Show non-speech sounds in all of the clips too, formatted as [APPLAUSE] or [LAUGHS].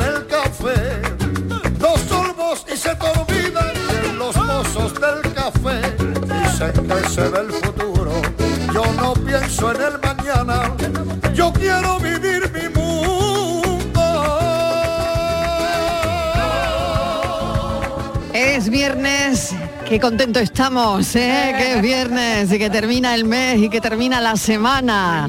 el café. Dos sorbos y se te olvidan de los mozos del café. Dicen que se ve el futuro. Yo no pienso en el mañana. Yo quiero vivir mi mundo. Es viernes, qué contento [LAUGHS] estamos, ¿eh? que es viernes y que termina el mes y que termina la semana.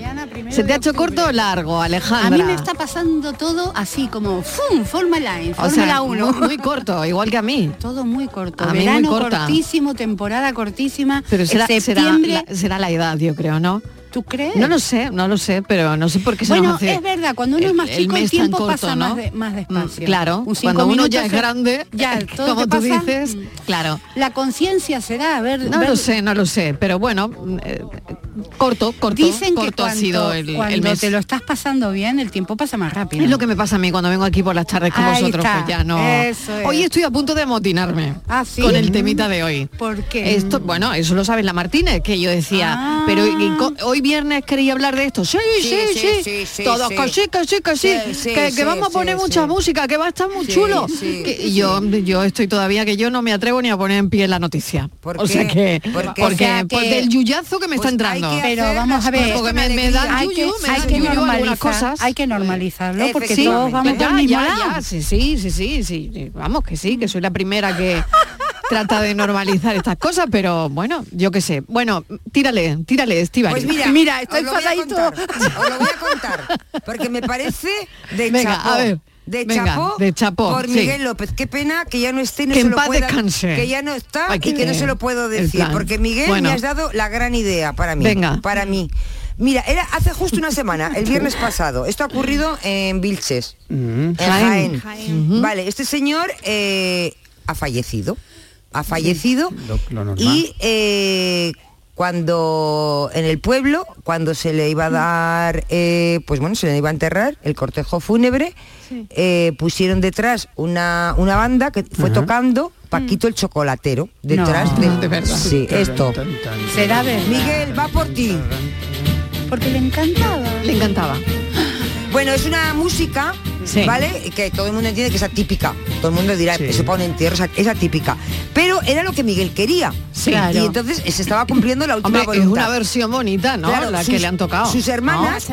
¿Se te ha hecho corto o largo, A Alejandra? mí me está pasando todo así como ¡fum! Fórmula Line, O sea, Fórmula 1. muy, muy corto, igual que a mí. Todo muy corto. A mí muy Verano corta. cortísimo, temporada cortísima. Pero será, será septiembre. la, será la edad, yo creo, ¿no? ¿Tú crees? No lo sé, no lo sé, pero no sé por qué se bueno, nos hace... es verdad, cuando uno es el- más el chico el, mes tan tiempo corto, pasa ¿no? Mm, más, de- más despacio. Claro, Un cinco cuando uno minutos ya es se- grande, ya, [LAUGHS] todo como te tú pasa, mm, dices, claro. La conciencia será, a ver, No ver- lo sé, no lo sé, pero bueno, eh, corto, corto, dicen corto que cuanto, ha sido el, el cuando mes. te lo estás pasando bien, el tiempo pasa más rápido. Es lo que me pasa a mí cuando vengo aquí por las tardes con Ahí vosotros, está, pues ya no. eso es. Hoy estoy a punto de amotinarme Ah, ¿sí? con el temita de hoy. ¿Por qué? Esto, bueno, eso lo sabe la Martínez, que yo decía, mm. Ah. pero y co- hoy viernes quería hablar de esto. Sí, sí, Sí, sí. sí, sí, sí, Todos sí. que sí, que sí, que sí. Sí, sí, que, que sí, vamos a poner sí, mucha sí. música, que va a estar muy Sí, chulo. sí, Que- sí. Yo, yo estoy todavía que yo no me atrevo ni a poner en pie la noticia. ¿Por o sea qué? que, ¿Por qué? porque O sea por- que- del yuyazo que me está Pues hay entrando. que Pero hacer vamos las a ver, cosas porque con me, me alegría. dan Hay que- yuyu, me hay dan que yuyu algunas normalizar, cosas. hay que normalizarlo, porque Sí, todos vamos ya, por el mismo ya, lado. ya, sí, sí, sí, sí, sí, sí, vamos que sí, que soy la [LAUGHS] primera que trata de normalizar estas cosas, pero bueno, yo qué sé. Bueno, tírale, tírale, Estivali. Pues mira, estoy os lo voy a contar, os lo voy a contar, porque me parece de Venga, chapó. a ver, De venga, chapó, de chapó, por sí. Miguel López. Qué pena que ya no esté, y no Que se en lo paz pueda- descanse. que ya no está Ay, y que no qué- se lo puedo el decir, plan. porque Miguel Bueno. me has dado la gran idea para mí, Venga. para mí. Mira, era hace justo una semana, el [LAUGHS] viernes pasado. Esto ha ocurrido en Vilches, Mm, en Jaén. Jaén. Vale, este señor eh, ha fallecido, ha fallecido y eh, cuando en el pueblo, cuando se le Mm. iba a dar, eh, pues bueno, se le iba a enterrar el cortejo fúnebre, eh, pusieron detrás una, una banda que fue tocando Mm. Paquito el Chocolatero. Detrás de, Sí, esto. Será verdad. Miguel, va por ti. Porque le encantaba. Le encantaba. Bueno, es una música, Sí. ¿vale? Que todo el mundo entiende que es atípica. Todo el mundo dirá, eso para un entierro es at- es atípica. Pero era lo que Miguel quería. Sí. Y Claro. entonces se estaba cumpliendo la última Hombre, es voluntad. una versión bonita, Ah, ¿no? Claro, la que sus- le han tocado. Ah. Sus hermanas.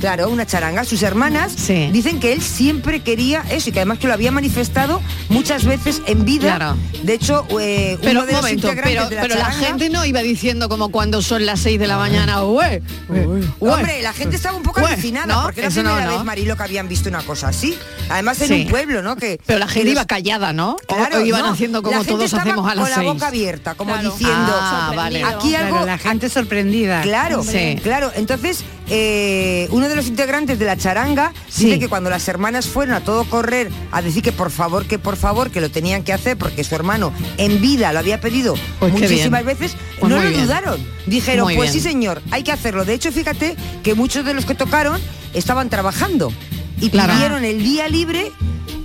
Claro, una charanga. Sus hermanas dicen que él siempre quería eso y que además que lo había manifestado muchas veces en vida. Claro. De hecho, eh, uno Pero de un los momento, integrantes pero, de la pero la charanga- gente no iba diciendo como cuando son las 6 de la mañana, "Ué, ué, ué". Hombre, la gente estaba un poco Ué, alucinada ¿no? porque era la Eso no, primera ¿no? vez Marilo que habían visto una cosa así. Además en Sí. un pueblo, ¿no? Que Pero la que gente los- iba callada, ¿no? O- Claro, o iban no, haciendo la como gente todos estaba hacemos a las con la boca 6. abierta, como Claro. diciendo, Ah, vale. aquí Claro, algo la gente sorprendida. Claro, Sí. claro. Entonces, eh, uno de los integrantes de la charanga dice que cuando las hermanas fueron a todo correr a decir que por favor, que por favor, que lo tenían que hacer porque su hermano en vida lo había pedido Pues qué muchísimas bien. veces, Pues no muy lo bien. dudaron. Dijeron, Muy pues sí bien. señor, hay que hacerlo. De hecho, fíjate que muchos de los que tocaron estaban trabajando y Claro. pidieron el día libre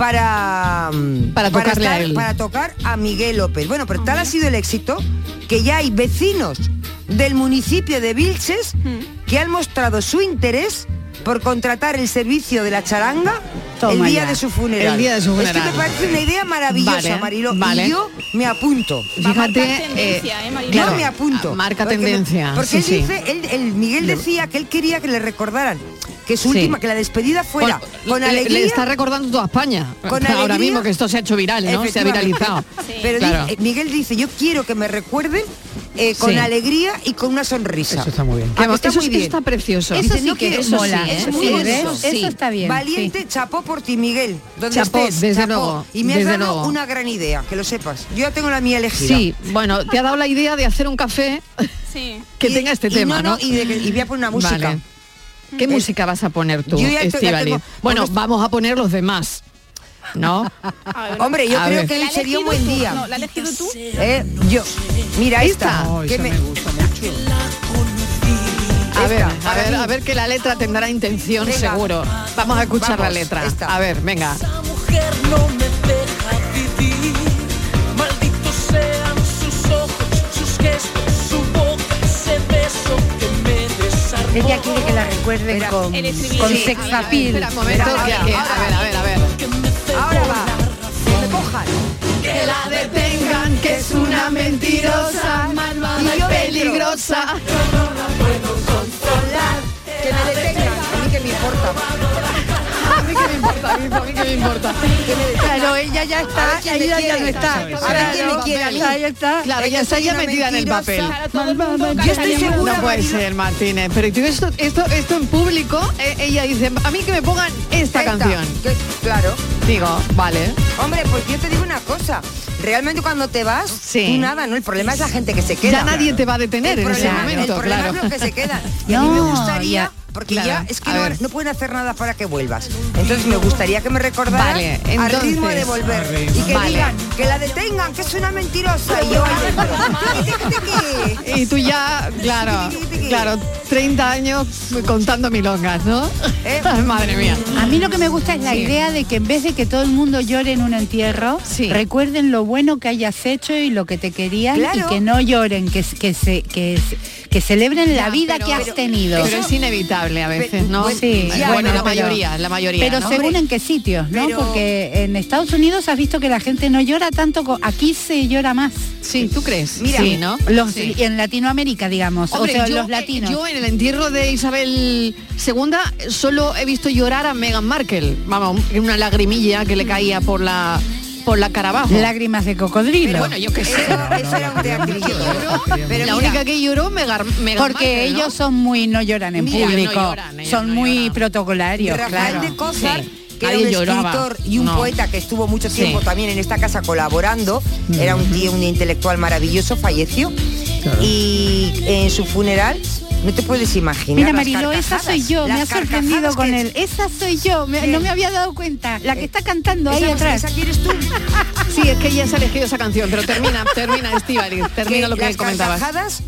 para mm, Para tocarle a él. para tocar a Miguel López. Bueno, pero tal ha sido el éxito que ya hay vecinos del municipio de Vilches que han mostrado su interés por contratar el servicio de la charanga Toma el día ya. de su funeral. El día de su Es funeral. que me parece una idea maravillosa, Vale, Mariló. vale. Y yo me apunto. Fíjate, eh, claro, yo me apunto. marca Porque me- tendencia, Porque sí, él sí. dice, él- el Miguel decía que él quería que le recordaran que su Sí. última, que la despedida fuera Con- con le- alegría. Le está recordando toda España. Con Ahora alegría. mismo que esto se ha hecho viral, ¿no? Se ha Efectivamente. viralizado. Pero Claro. dice- eh, Miguel dice, yo quiero que me recuerden eh, con Sí. alegría y con una sonrisa. Eso está muy bien. Ah, Que- está eso muy sí que bien. está precioso. Eso Dice, sí "No que quiero- eso mola, es eso muy sí, bonito". ¿ves? Eso está bien, Valiente, chapó por ti, Miguel. Donde Chapó, estés, desde chapó. luego, Y me has desde dado luego. una gran idea, que lo sepas. Yo ya tengo la mía elegida. Sí, bueno, te ha dado la idea de hacer un café Sí. que Y- tenga este y tema, no, ¿no? no, y, de que- y voy a poner una música. Eh, Vale. ¿Qué música vas a poner tú, Yo ya te- ya Estivali? tengo- Bueno, porque- vamos a poner los demás, ¿no? [LAUGHS] Hombre, yo A creo ver. que ¿La hoy has sería elegido un buen tú? día. No, ¿la has elegido tú? Eh, yo. Mira esta. ¿Esta? Oh, que esa me- me gusta mucho. A ver, a para ver, mí. a ver que la letra tendrá intención Venga. seguro. Vamos a escuchar Vamos, la letra. esta. A ver, venga. Esa mujer no me deja vivir. Malditos sean sus ojos, sus gestos, su boca, ese beso que me desarmó. Ella quiere que la recuerden Espera. con, El estribillo. con Sí, sex a ver, appeal. Espera un momento, Ahora, que- ahora, que- a ver, a ver, a ver. Que me cegó Ahora va. la razón. Que me cojan. Que la detengan, que es una mentirosa, malvada y peligrosa. Que me detengan. A mí que me importa. A mí que me importa, a mí, a mí que me importa. Claro, ella ya está, quién me ella ya quiere. no está. A ver quién me quiere a mí. Ahí está. Claro, Ella ya está soy ya una metida en el mentirosa. papel. Claro, todo el mundo Yo estoy cantaría segura- No Una puede Mariló. ser, Martínez. Pero tú esto, esto, esto en público, eh, ella dice, a mí que me pongan esta Esta. canción. Que- claro. Digo, vale. Hombre, pues yo te digo una cosa. Realmente cuando te vas, Sí. tú nada, ¿no? El problema es la gente que se queda. ya nadie te va a detener el en ese problema, el momento, problema claro. es los que [LAUGHS] se quedan. Y a mí me No, gustaría, ya, porque claro, ya es que a no, ver. no pueden hacer nada para que vuelvas. Entonces me gustaría que me recordaras Vale, al ritmo de entonces. volver. Y que Vale. digan, que la detengan, que es una mentirosa. Y yo, ay, [LAUGHS] ay, ay, Y tú [LAUGHS] ya, claro, claro, 30 años contando milongas, ¿no? Eh. [LAUGHS] Madre mía. A mí lo que me gusta es la Sí. idea de que en vez de que todo el mundo llore en un entierro, Sí. recuerden lo bueno que hayas hecho y lo que te querían y Claro. que no lloren, que, que, se, que, que celebren la Ya, vida pero- que has pero- tenido. Pero es inevitable a veces, ¿no? Bueno, sí. Bueno, bueno, la pero- mayoría, la mayoría. Pero ¿no? según en qué sitios, ¿no? Pero- Porque en Estados Unidos has visto que la gente no llora tanto, co- aquí se llora más. Sí, ¿tú crees? Mira, sí, ¿no? Los, Sí. y En Latinoamérica, digamos, Hombre, o sea, yo, los eh, latinos. yo en el entierro de Isabel II solo he visto llorar a Meghan Markle. Vamos, una lagrimilla que le caía por la por la cara abajo. Lágrimas de cocodrilo. Pero bueno, yo qué sé. Eso, eso era un teatrillo. Pero la mira, única que lloró Meghan, Meghan Porque Markle, ¿no? ellos son muy, no lloran en Mira, no público, lloran, ellos son no muy lloran. protocolarios, Rafael claro. de Cózar, Sí. que era un Nadie lloraba. escritor y un No. poeta que estuvo mucho tiempo Sí. también en esta casa colaborando, era un tío, un intelectual maravilloso, falleció. Y en su funeral, no te puedes imaginar. Mira las Marilo, esa carcajadas, soy yo, me las ha sorprendido carcajadas con que- él. Esa soy yo, me- Sí. no me había dado cuenta. La que Eh, está cantando ahí esa, atrás. esa quieres [LAUGHS] tú. Sí, es que ya se ha elegido esa canción, pero termina, [LAUGHS] termina, Estivali, termina lo que las comentabas. carcajadas,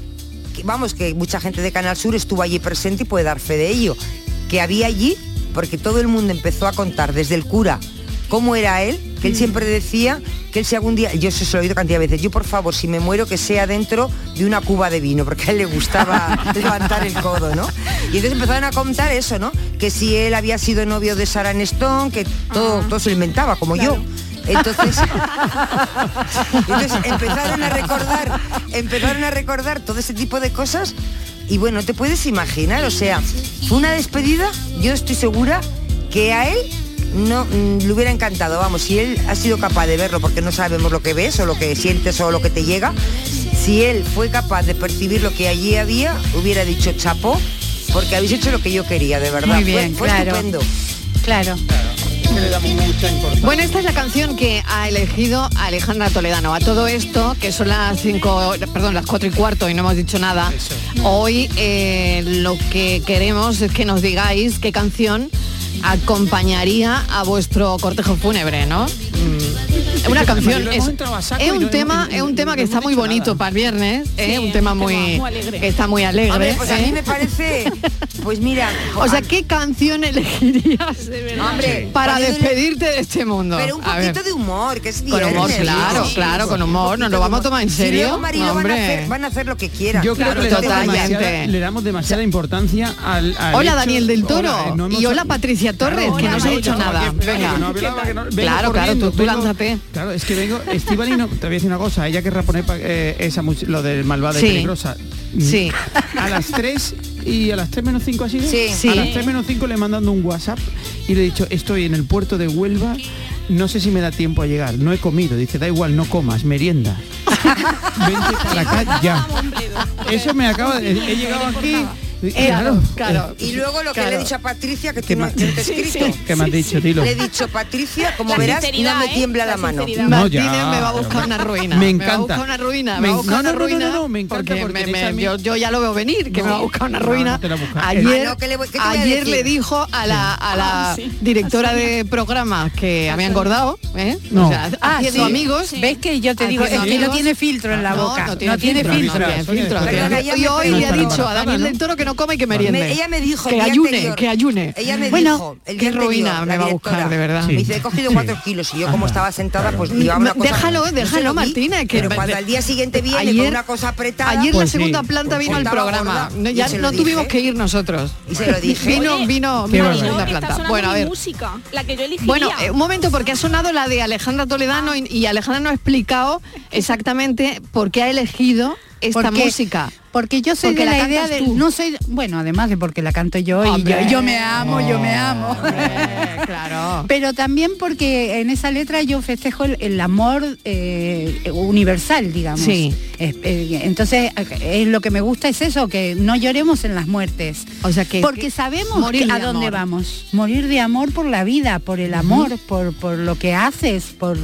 que vamos, que mucha gente de Canal Sur estuvo allí presente y puede dar fe de ello, que había allí, porque todo el mundo empezó a contar desde el cura cómo era él, que él Mm. siempre decía que él si algún día, yo eso se lo he oído cantidad de veces, yo por favor, si me muero, que sea dentro de una cuba de vino, porque a él le gustaba [LAUGHS] levantar el codo, ¿no? Y entonces empezaron a contar eso, ¿no? Que si él había sido novio de Sarah Stone, que Ah. todo, todo se lo inventaba, como yo. [LAUGHS] Entonces, entonces empezaron a recordar, empezaron a recordar todo ese tipo de cosas y bueno, te puedes imaginar, o sea, fue una despedida, yo estoy segura que a él no mm, le hubiera encantado, vamos, si él ha sido capaz de verlo, porque no sabemos lo que ves o lo que sientes o lo que te llega, si él fue capaz de percibir lo que allí había, hubiera dicho chapó, porque habéis hecho lo que yo quería, de verdad. Muy Fue- bien, fue, claro. estupendo. Claro. Que le damos mucha importancia. Bueno, esta es la canción que ha elegido Alejandra Toledano. A todo esto, que son las 5, perdón, las 4 y cuarto y no hemos dicho nada, hoy eh, lo que queremos es que nos digáis qué canción acompañaría a vuestro cortejo fúnebre, ¿no? Mm, Es una canción, es, es y un no tema, es un tema que está muy bonito para el viernes, es ¿eh? un tema muy, que está muy alegre. Hombre, pues a ¿eh? mí me parece, pues mira, [LAUGHS] O sea, ¿qué canción elegirías Hombre, para poniéndole- despedirte de este mundo? pero un A ver. poquito de humor, que es Con humor, viernes, claro, ¿no? claro, con Un humor, nos poquito lo de vamos a humor. tomar en Si serio, luego, Marilo, van, a hombre. hacer, van a hacer lo que quieran. Yo creo Claro, que le damos totalmente. demasiada- Le damos demasiada importancia al, al Hola Ah, hecho- Daniel del Toro Hola, eh, no hemos- y hola Patricia Torres, que no se ha dicho nada. Espera, que Venga. no hablaba, que no- vengo claro, claro, tú, corriendo, tú vengo- lánzate. Claro, es que vengo, Estivali, no, te voy a decir una cosa, ella querrá poner pa- eh, esa much- lo del malvada Sí. y peligrosa. Sí. A las 3 y a las 3 menos 5 así. Sí. Sí. A las 3 menos 5 le he mandado un WhatsApp y le he dicho, estoy en el puerto de Huelva, no sé si me da tiempo a llegar, no he comido. Dice, da igual, no comas, [LAUGHS] merienda. Vente para acá ya. Eso me acaba de... He llegado aquí... Eh, y- Claro, [LAUGHS] claro. Y luego lo que le he dicho a Patricia, que ¿Qué tú no más? que no te has Sí, sí. escrito. ¿Qué me has dicho, Tilo? Le he dicho, Patricia, como La verás, no sinceridad, me ¿eh? tiembla la, La mano. sinceridad. No, ya, Martínez me va a buscar pero- una ruina. Me va a encanta. buscar una ruina. Me Me va a en- buscar no, una no, no, no, ruina. no, me encanta porque me- te me- echa a mí- yo, yo ya lo veo venir, que me va a buscar una no, ruina. no te la busca. Ayer, Ah, no, ¿qué le voy- qué te voy a ayer decir? le dijo a la, a la directora de programas que había engordado, ¿eh? No. O sea, Ah, haciendo sí. amigos. ¿Ves que yo te digo, es que no tiene filtro en la boca, No, tiene, no tiene filtro. no tiene Sonia, filtro. Sonia, Sonia. Y Ella me hoy dijo- le No ha estaba dicho a embarazada, Daniel ¿no? del Toro que no come y que meriende. Me- ella me dijo el que día ayune, anterior- que ayune. Ella me bueno, dijo qué el día anterior, ruina la me va a directora, buscar, de verdad. Me dice, he cogido cuatro kilos y yo como estaba sentada, pues llevaba una cosa. déjalo, no se lo déjalo, vi, Martina, que- pero cuando al día siguiente viene con Ayer- una cosa apretada. pues Ayer la segunda planta vino al estaba programa. gorda, No, y ya se lo no dije. tuvimos que ir nosotros. Y se lo dije. Vino, Oye, vino, qué vino la barbaridad. segunda Está planta. sonando Bueno, a mi ver. música, la que yo elegiría. Bueno, eh, un momento, porque ha sonado la de Alejandra Toledano y, y Alejandra no ha explicado exactamente por qué ha elegido esta Porque- música. Porque yo soy Porque de la la, idea cantas de tú. no soy bueno además de porque la canto yo y yo, Hombre. yo me amo yo me amo [LAUGHS] claro pero también porque en esa letra yo festejo el, el amor eh, universal digamos Sí. Es- eh, entonces eh, lo que me gusta es eso que no lloremos en las muertes o sea que porque que- sabemos morir que- de a dónde amor. vamos morir de amor por la vida por el amor por, por lo que haces por,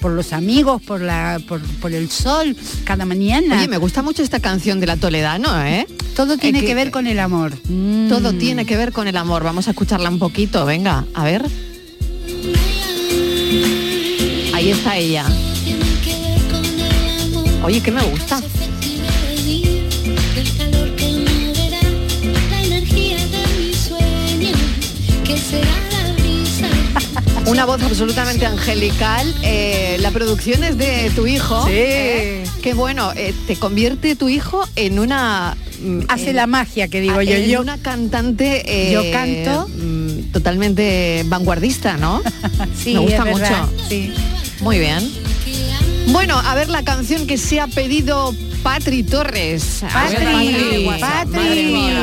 por los amigos por la por, por el sol cada mañana Oye, me gusta mucho esta canción de la Toledano, ¿eh? Todo tiene que ver con el amor. Todo Mm. tiene que ver con el amor. Vamos a escucharla un poquito, venga, a ver. Ahí está ella. Oye, que me gusta. El calor que me dará, la energía de mis sueños, que será la brisa. Una voz absolutamente angelical. eh, la producción es de tu hijo. Sí. ¿eh? Qué bueno, eh, te convierte tu hijo en una... mm, hace en- la magia que digo Ah, yo. en Yo una cantante eh, yo canto. mm, totalmente vanguardista, ¿no? [LAUGHS] Sí, Me gusta es verdad, mucho. Muy bien. Bueno, a ver la canción que se ha pedido Patri Torres. A ver, Patri, Patri. Patri. Madre mía.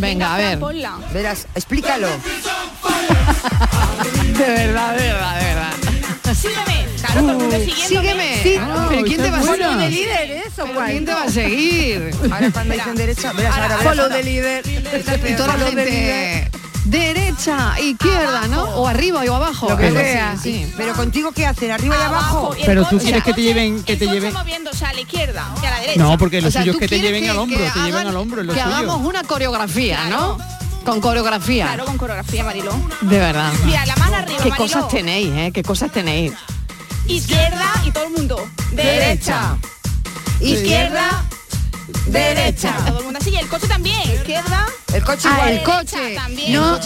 Venga, a ver. Verás, explícalo. De verdad, de verdad, de verdad. Sígueme. Claro, todo el mundo siguiéndome. Sígueme. Sí. Ah, ¿Pero quién te va a Bueno, seguir? de líder, eso, ¿Pero Juan. ¿Quién te va a seguir? Ahora cuando dicen derecha, verás, ahora, verás, ahora. Este Y toda la Follow the gente derecha, izquierda, ¿no? O arriba o abajo. Lo que algo así, sea. sí. Pero contigo qué hacen, arriba y abajo. Y el Pero tú coche- quieres que te el coche- lleven, que te el coche lleven. moviéndose a la izquierda y a la derecha. No, porque lo O sea, suyo tú es que te quieres lleven al hombro, te lleven hagan- al hombro, es lo que suyo. hagamos una coreografía, ¿no? Con coreografía. Claro, con coreografía, Mariló. De verdad. Mira, la mano arriba, Qué Mariló. cosas tenéis, ¿eh? Qué cosas tenéis. Izquierda y todo el mundo. Derecha. Derecha. Izquierda. Derecha. Derecha. Todo el mundo así. Y el coche también. Izquierda. El coche igual. ah, el Derecha coche. También. No. No.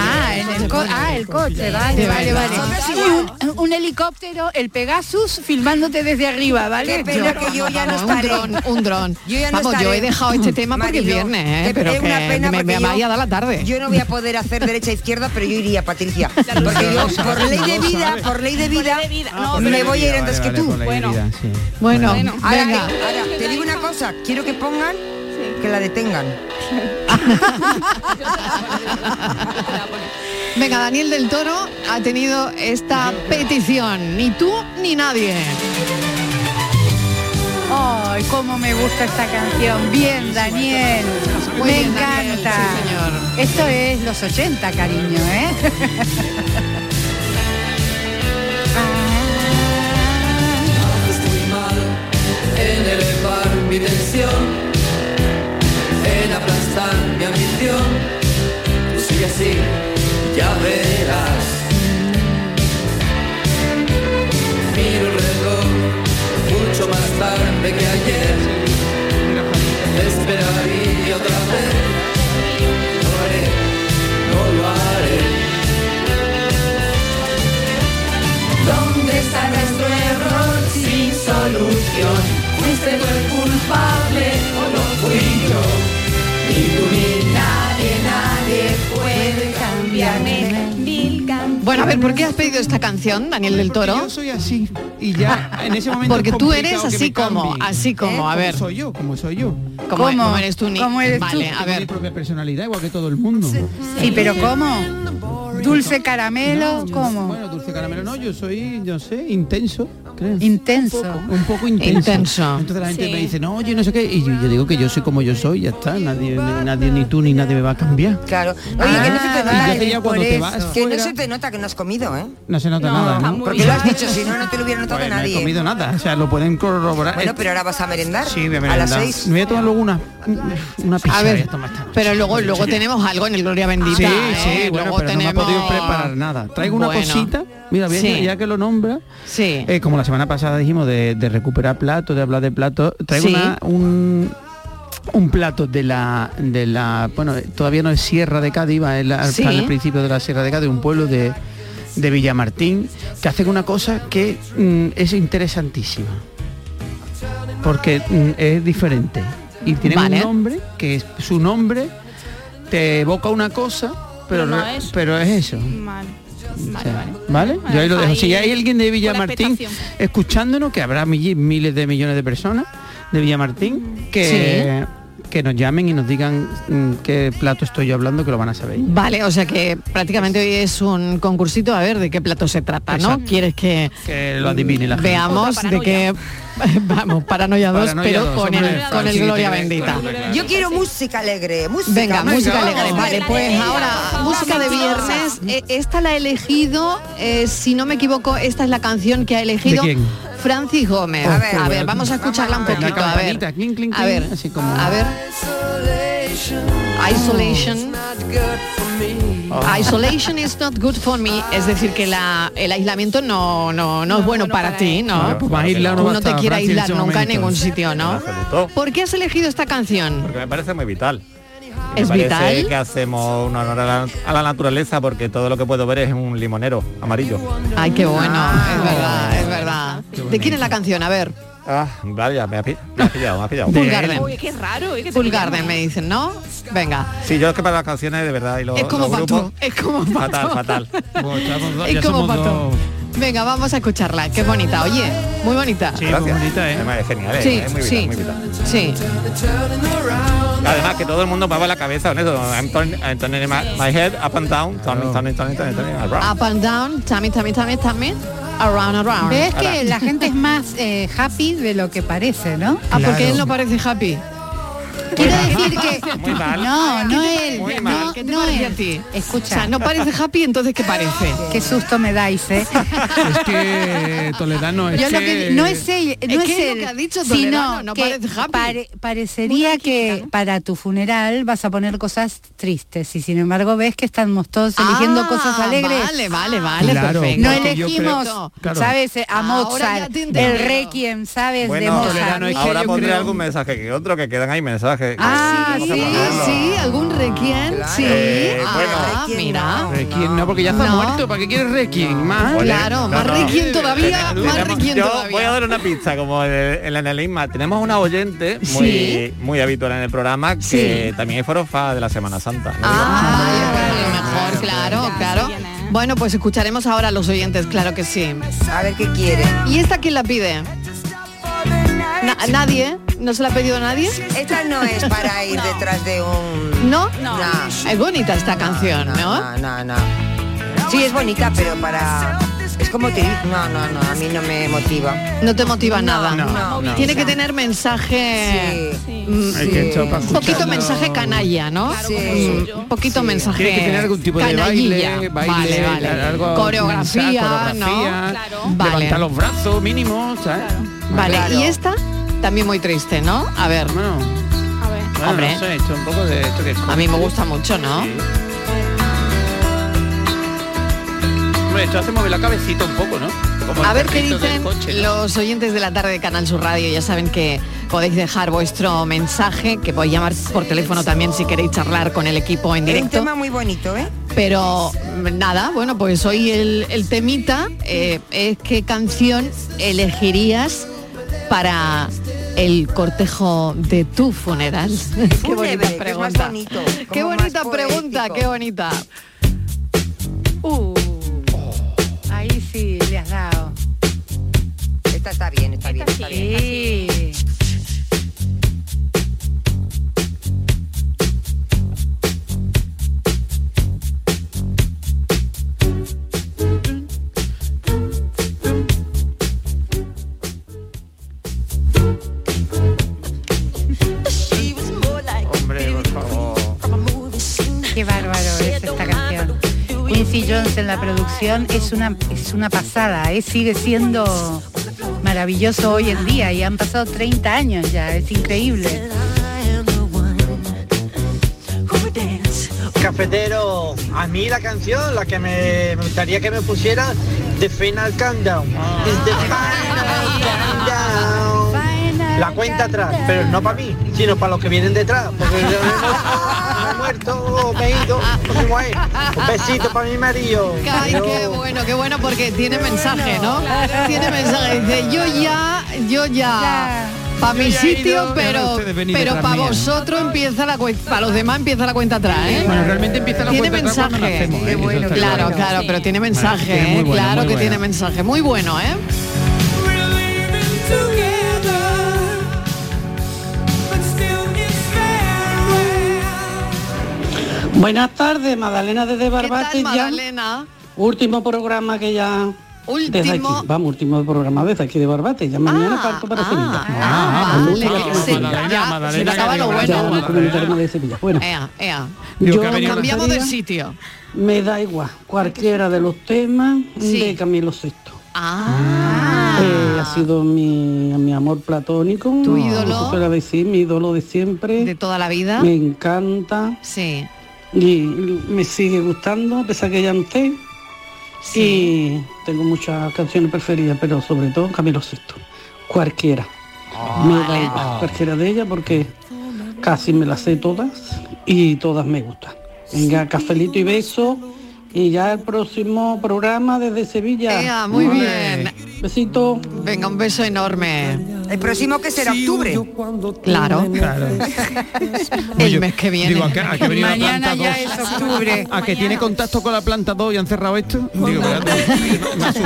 Ah, en el co- ah, el coche, vale, vale, vale. Y un, un helicóptero, el Pegasus, filmándote desde arriba, ¿vale? Qué pena que yo ya [LAUGHS] un no estaré. dron, un dron. Yo ya no Vamos, yo estaré. he dejado este tema porque es Marilo, viernes, ¿eh? que Pero es que una pena me, me porque yo- vaya a dar la tarde. Yo no voy a poder hacer derecha e izquierda, pero yo iría, Patricia. Porque yo, por ley de vida, por ley de vida, Ah, pues me voy a ir antes que tú. Bueno. Bueno, Ahora, venga. te- ahora, te digo una cosa, quiero que pongan que la detengan. Ah, Venga, Daniel del Toro ha tenido esta petición. Ni tú ni nadie. Ay, cómo me gusta esta canción. Bien, Daniel. Muy me bien, Daniel, encanta. sí, señor. Esto es los 80, cariño, ¿eh? Estoy mal en elevar mi tensión, en aplastar mi ambición. Tú sigue así, ya verás. Mi tarde que ayer. Te esperaría otra vez. Lo haré, no lo haré. ¿Dónde está nuestro error sin solución? ¿Fuiste tú el culpable o no fui yo? Ni tú ni nadie, nadie puede cambiarme. Bueno, a ver, ¿por qué has pedido esta canción, Daniel del Toro? yo soy así y ya en ese momento Porque es tú complicado eres que así me como, cambien. así como, a ver. Como soy yo, como soy yo. ¿Cómo- ¿Cómo? cómo eres tú, Nick? ¿Cómo eres Vale, tú? a Tengo ver. mi propia personalidad igual que todo el mundo. Sí, pero ¿cómo? Dulce caramelo, ¿cómo? Bueno, dulce caramelo no, yo soy, yo sé, intenso, creo. Un Intenso. poco, un poco intenso. Intenso. Entonces la gente Sí. me dice, no, yo no sé qué. Y yo, yo digo que yo soy como yo soy, ya está. Nadie, nadie, ni tú ni nadie me va a cambiar. Claro. Oye, que no se te Ah, nota. y entonces ya cuando por te eso. vas que no fuera- se te nota que no has comido, ¿eh? No se nota nada, ¿no? Porque lo has dicho, si no, no te lo hubiera notado Pues no he nadie. comido nada, o sea, lo pueden corroborar. Bueno, Eh, pero ahora vas a merendar. Sí, voy a, A las merendar. seis. Ah, Me voy a tomar luego una, una pizza. A ver, voy a tomar esta noche. Pero luego, luego tenemos algo en el Gloria Bendita. Sí, ¿eh? sí, bueno, luego pero no tenemos... me ha podido preparar nada. Traigo una Bueno. cosita, mira, voy a- Sí. ya que lo nombra, Sí. eh, como la semana pasada dijimos de, de recuperar platos, de hablar de platos, traigo Sí. una- un, un plato de la, de la, bueno, eh, todavía no es Sierra de Cádiz, va en la- Sí. al principio de la Sierra de Cádiz, un pueblo de, de Villamartín, que hacen una cosa que mm, es interesantísima, porque mm, es diferente. Y tienen Vale. un nombre, que es su nombre te evoca una cosa, pero, Pero no re- es. pero es eso. Vale. O sea, ¿Vale? Yo ahí lo dejo. Si hay alguien de Villamartín escuchándonos, que habrá mill- miles de millones de personas de Villamartín, Mm. que, que nos llamen y nos digan mm, qué plato estoy yo hablando, que lo van a saber. Vale, o sea que prácticamente hoy es un concursito a ver de qué plato se trata, ¿no? Exacto. ¿Quieres que Que lo adivine la gente. veamos de qué... [LAUGHS] Vamos, paranoia 2, Paranoia pero dos, con, hombre, el, con el facilito, Gloria que- Bendita. con el Gloria Yo quiero música alegre, música. Venga, música alegre. Vale, pues alegre, por ahora, favor, música de mentirosa. viernes. Eh, esta la ha elegido, eh, si no me equivoco, esta es la canción que ha elegido quién? Francis Gómez. Oh, A ver, qué a ver, bueno. vamos a escucharla un Pues la poquito, a ver. campanita, clink, clink, A clink, ver, así como- a ver. Isolation. Oh. Ah. Isolation is not good for me, es decir que la, el aislamiento no, no, no es bueno para ti, ¿no? Claro, pues más aislado no Tú va a no te estar quieres Francis en aislar ese nunca en momento. ningún sitio, ¿no? absoluto. ¿Por qué has elegido esta canción? Porque me parece muy vital. ¿Es me parece vital? que hacemos un honor a la, a la naturaleza porque todo lo que puedo ver es un limonero amarillo. Ay, qué bueno, es verdad, es verdad. ¿De quién es la canción? A ver, Ah, vaya, me has pi- me has pillado, me has pillado. Pulgarden. Uy, qué raro. ¿eh? Que te Pulgarden me dicen, ¿no? Venga, Sí, yo es que para las canciones de verdad y los, es como los grupos. pato, es como [LAUGHS] Fatal, pato. fatal. Pues Es como pato. Venga, vamos a escucharla, que es bonita, oye, muy bonita. Gracias. Además, es genial, ¿eh? Sí, es muy vital, sí. muy vital. Sí. Además que todo el mundo mueve la cabeza con eso. I'm turn- I'm turning my, my head up and down, turning, turning, turning, turning, turning around. Up and down, también, también, también, también. Around, around. ¿Ves que la gente es más eh, happy de lo que parece, no? Ah, porque él no parece happy. Quiero decir [LAUGHS] que... Muy mal. No, no él. Muy mal. No, ¿Qué te no parece él. a ti? Escucha. O sea, no parece happy, entonces ¿qué parece? Qué susto me dais, ¿eh? Es que Toledano [LAUGHS] es Yo lo que que- di- no es él, Es no que es, es lo él, que ha dicho Toledano, sino no que parece happy. pare- parecería que para tu funeral vas a poner cosas tristes y sin embargo ves que estamos todos eligiendo Ah, cosas alegres. Vale, vale, vale, Claro, perfecto. No porque yo elegimos, creo- claro. ¿sabes? A Ahora ya Mozart, te he entendido. el Requiem, ¿sabes? de Bueno, Mozart. Toledano es que ahora yo pondré creo- algún mensaje que otro, que quedan ahí mensajes. Ah, Que- sí, que vamos a ponerlo. sí, algún requiem, sí. Eh, bueno. Ah, mira. Requiem, no, porque ya está No. muerto. ¿Para qué quieres Requiem? Más. Bueno, Claro, no, más no. [LAUGHS] requiem todavía, Tenemos- más requiem yo todavía. voy a dar una pista como el, el analisma. Tenemos una oyente muy, Sí. muy habitual en el programa que Sí. también es forofa de la Semana Santa. Ah, vale, vale, mejor, claro, claro. Bueno, pues escucharemos ahora a los oyentes, claro que sí. A ver qué quiere. ¿Y esta quién la pide? Na- ¿Nadie? ¿No se la ha pedido nadie? [LAUGHS] Esta no es para ir detrás de un... ¿No? No. Es bonita esta canción, ¿no? No, no, no. Sí, es bonita, pero para... Es como te... No, no, no, a mí no me motiva. No te motiva nada. no, no. Tiene que tener mensaje. Sí. mm, Hay que echar para Un poquito escucharlo. mensaje canalla, ¿no? Sí. Un poquito mensaje. Tiene que tener algún tipo de canallilla. baile, baile, vale, vale. algo- coreografía, coreografía, ¿no? Vale. Levantar los brazos mínimo, ¿sabes? Vale, Claro. y esta también muy triste, ¿no? A ver, Bueno, A ver. bueno, Hombre. no sé, esto un poco de esto que es a mí me gusta mucho, ¿no? Sí. Hombre, esto hace mover la cabecita un poco, ¿no? Como A el ver qué perrito del dicen coche, ¿no? los oyentes de la tarde de Canal Sur Radio. Ya saben que podéis dejar vuestro mensaje, que podéis llamar por teléfono también si queréis charlar con el equipo en Es un directo. tema muy bonito, ¿eh? Pero mm, nada, bueno, pues hoy el, el temita eh, es qué canción elegirías para el cortejo de [LAUGHS] tu funeral. qué bonita Fúnebre, que es más pregunta. bonito, Qué como bonita más pregunta, poético. [LAUGHS] qué bonita. Uh, ahí sí, le has dado. Esta está bien, está bien, está bien. Sí. Hombre, por favor. Qué bárbaro es esta canción. Quincy Jones en la producción es una, es una pasada, ¿eh? sigue siendo maravilloso hoy en día y han pasado 30 años ya, es increíble. Cafetero, a mí la canción, la que me, me gustaría que me pusiera, The Final Countdown. It's the final countdown. La cuenta atrás, pero no para mí, sino para los que vienen detrás. Porque yo no- no he muerto, me he ido, no sé cómo es. Un besito para mi marido. Ay, qué bueno, qué bueno porque tiene mensaje, ¿no? Tiene mensaje. Dice, yo ya, yo ya. Para Yo mi ya he sitio, ido. pero, Ahora ustedes venid pero detrás para mía. vosotros empieza la cuenta, para los demás empieza la cuenta atrás, ¿eh? Bueno, realmente empieza la tiene cuenta atrás cuando mensaje. nacemos, ¿eh? Qué bueno, Eso está claro, claro. claro, pero tiene mensaje, tiene muy ¿eh? bueno, claro muy que bueno. tiene mensaje, muy bueno, ¿eh? Buenas tardes, Madalena desde Barbate. tal, ya. Magdalena? Último programa que ya. Desde aquí. Último. Vamos, último programa desde aquí de Barbate. Ya mañana parto para Sevilla. Ah, El vale, lunes ya que parto se- para Sevilla. ya, Madalena, se le acaba lo bueno. Ya nos comunicaremos de Sevilla. Bueno, Ea, ea. Digo que ha venido cambiamos la de salida. sitio. me da igual. Cualquiera de los temas de Camilo VI. Ah. Eh, ha sido mi, mi amor platónico. Tu ídolo. decir, mi ídolo de siempre. De toda la vida. Me encanta. Sí. Y me sigue gustando, a pesar que ya no esté. Y tengo muchas canciones preferidas, pero sobre todo Camilo VI. Cualquiera. me da vale. igual, cualquiera de ellas porque casi me las sé todas y todas me gustan. Venga, cafelito y beso. Y ya el próximo programa desde Sevilla. Ea, muy bien. Besito. Venga, un beso enorme. El próximo que será octubre. [LAUGHS] Claro. [LAUGHS] Claro. El mes que viene. Digo, ¿a qué, a qué ha venido la planta ya dos? es octubre. ¿A que tiene contacto con la planta 2 y han cerrado esto? Digo, espérate,